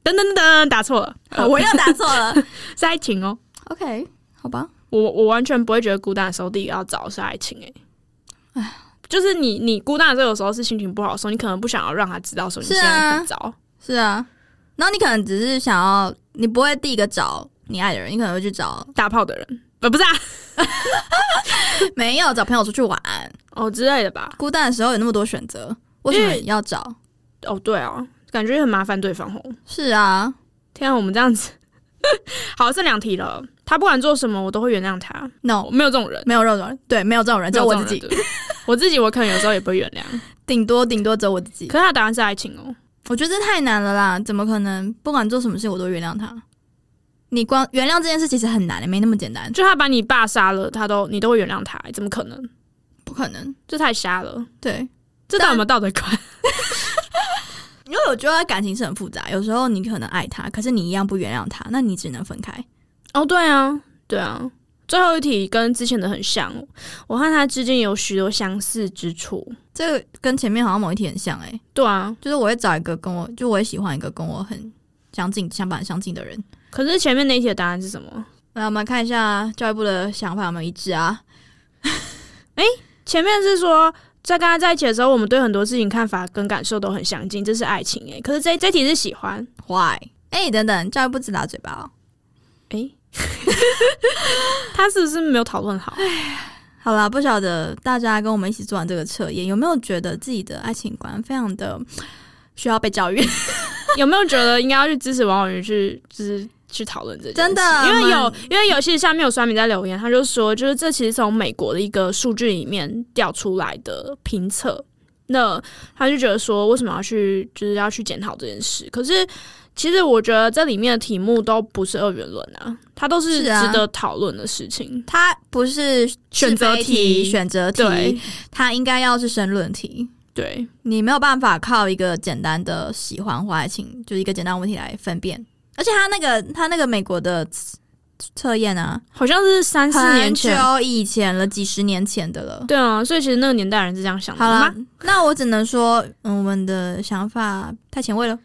B: 噔噔噔，答错了，
A: 好我又答错
B: [laughs]
A: 了。
B: 是爱情哦。
A: OK，好吧，
B: 我我完全不会觉得孤单的时候，第一个要找的是爱情、哎，哎，就是你你孤单的时候，有时候是心情不好的时候，你可能不想要让他知道说你
A: 是
B: 现
A: 啊
B: 在很糟。
A: 是啊。然后你可能只是想要，你不会第一个找你爱的人，你可能会去找 [clears throat]
B: 打炮的人，呃，不是啊，
A: 没有找朋友出去玩。
B: 哦之类的吧。
A: 孤单的时候有那么多选择，为什么要找？
B: 哦，对啊，感觉很麻烦对方哦。
A: 是啊，
B: 天啊，我们这样子， [laughs] 好，剩两题了。他不管做什么，我都会原谅他。
A: no，
B: 我没有这种人，
A: 没有这种人，对，没有这种人，只有我自己
B: 没，有这种人。对我自己，我可能有时候也不会原谅。
A: 顶多顶多只有我自己。
B: 可是他答案是爱情哦。
A: 我觉得这太难了啦，怎么可能？不管做什么事，我都原谅他。你光原谅这件事其实很难，没那么简单，
B: 就他把你爸杀了，他都你都会原谅他，欸怎么可能？
A: 不可能。
B: 这太瞎了，
A: 对，
B: 这到底有没有道德观？
A: 因为我觉得感情是很复杂，有时候你可能爱他，可是你一样不原谅他，那你只能分开。
B: 哦，对啊，对啊。最后一题跟之前的很像哦，我和他之间有许多相似之处。
A: 这个跟前面好像某一题很像诶、
B: 对啊，
A: 就是我会找一个跟我，就我会喜欢一个跟我很相近、想法很相近的人。
B: 可是前面那一题的答案是什么？
A: 那我们看一下教育部的想法有没有一致啊？
B: 前面是说在跟他在一起的时候，我们对很多事情看法跟感受都很相近，这是爱情欸诶。可是这这题是喜欢
A: Why？哎、等等，教育部只打嘴巴、哦。
B: [laughs] 诶，他是不是没有讨论好？
A: 好啦，不晓得大家跟我们一起做完这个测验，有没有觉得自己的爱情观非常的需要被教
B: [laughs]
A: 育？ [laughs]
B: 有没有觉得应该要去支持王婉瑜去，就是去讨论这件事？
A: 真的
B: 因为有
A: 蛮，
B: 因为有些下面有酸民在留言，他就说，就是这其实从美国的一个数据里面调出来的评测，那他就觉得说，为什么要去，就是要去检讨这件事？可是。其实我觉得这里面的题目都不是二元论啊，它都是
A: 是啊
B: 值得讨论的事情。
A: 它不是
B: 选择
A: 是非题、
B: 题
A: 选择
B: 对
A: 题，它应该要是申论题。
B: 对，
A: 你没有办法靠一个简单的喜欢或爱情，就是一个简单的问题来分辨。而且他那个他那个美国的测测验啊，
B: 好像是三四年前，
A: 很久以前了，几十年前的了。
B: 对啊，所以其实那个年代人是这样想的
A: 好
B: 吗
A: 啦？，那我只能说，嗯，我们的想法太前卫了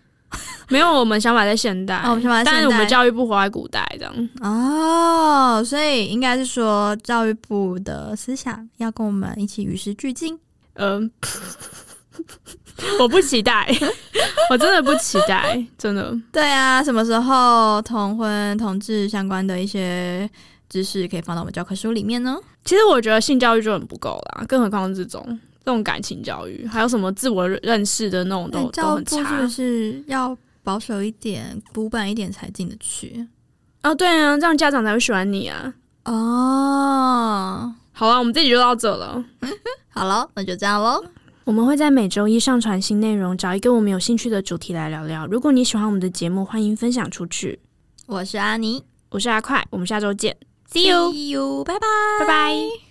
B: 没有，我们想法在啊现代，
A: 哦我们想法在
B: 但
A: 现
B: 是哎我
A: 代
B: 们教育部活在古代这样。
A: 哦，所以应该是说教育部的思想要跟我们一起与时俱进。
B: 嗯、 [laughs] 我不期待， [laughs] 我真的不期待，真的。
A: 对啊，什么时候同婚同志相关的一些知识可以放到我们教科书里面呢？
B: 其实我觉得性教育就很不够啦，更何况是这种这种感情教育，还有什么自我认识的那种都、
A: 那
B: 都
A: 教育
B: 很
A: 部是
B: 差
A: 不。是要保守一点、古板一点才进得去？
B: 啊，对啊，这样家长才会喜欢你啊。
A: 哦，
B: 好了，我们这集就到这了。
A: 好了，那就这样喽。
B: 我们会在每周一上传新内容，找一个我们有兴趣的主题来聊聊。如果你喜欢我们的节目，欢迎分享出去。
A: 我是阿妮
B: 我是阿快，我们下周见，See you，
A: ，See you，拜拜，
B: 拜拜。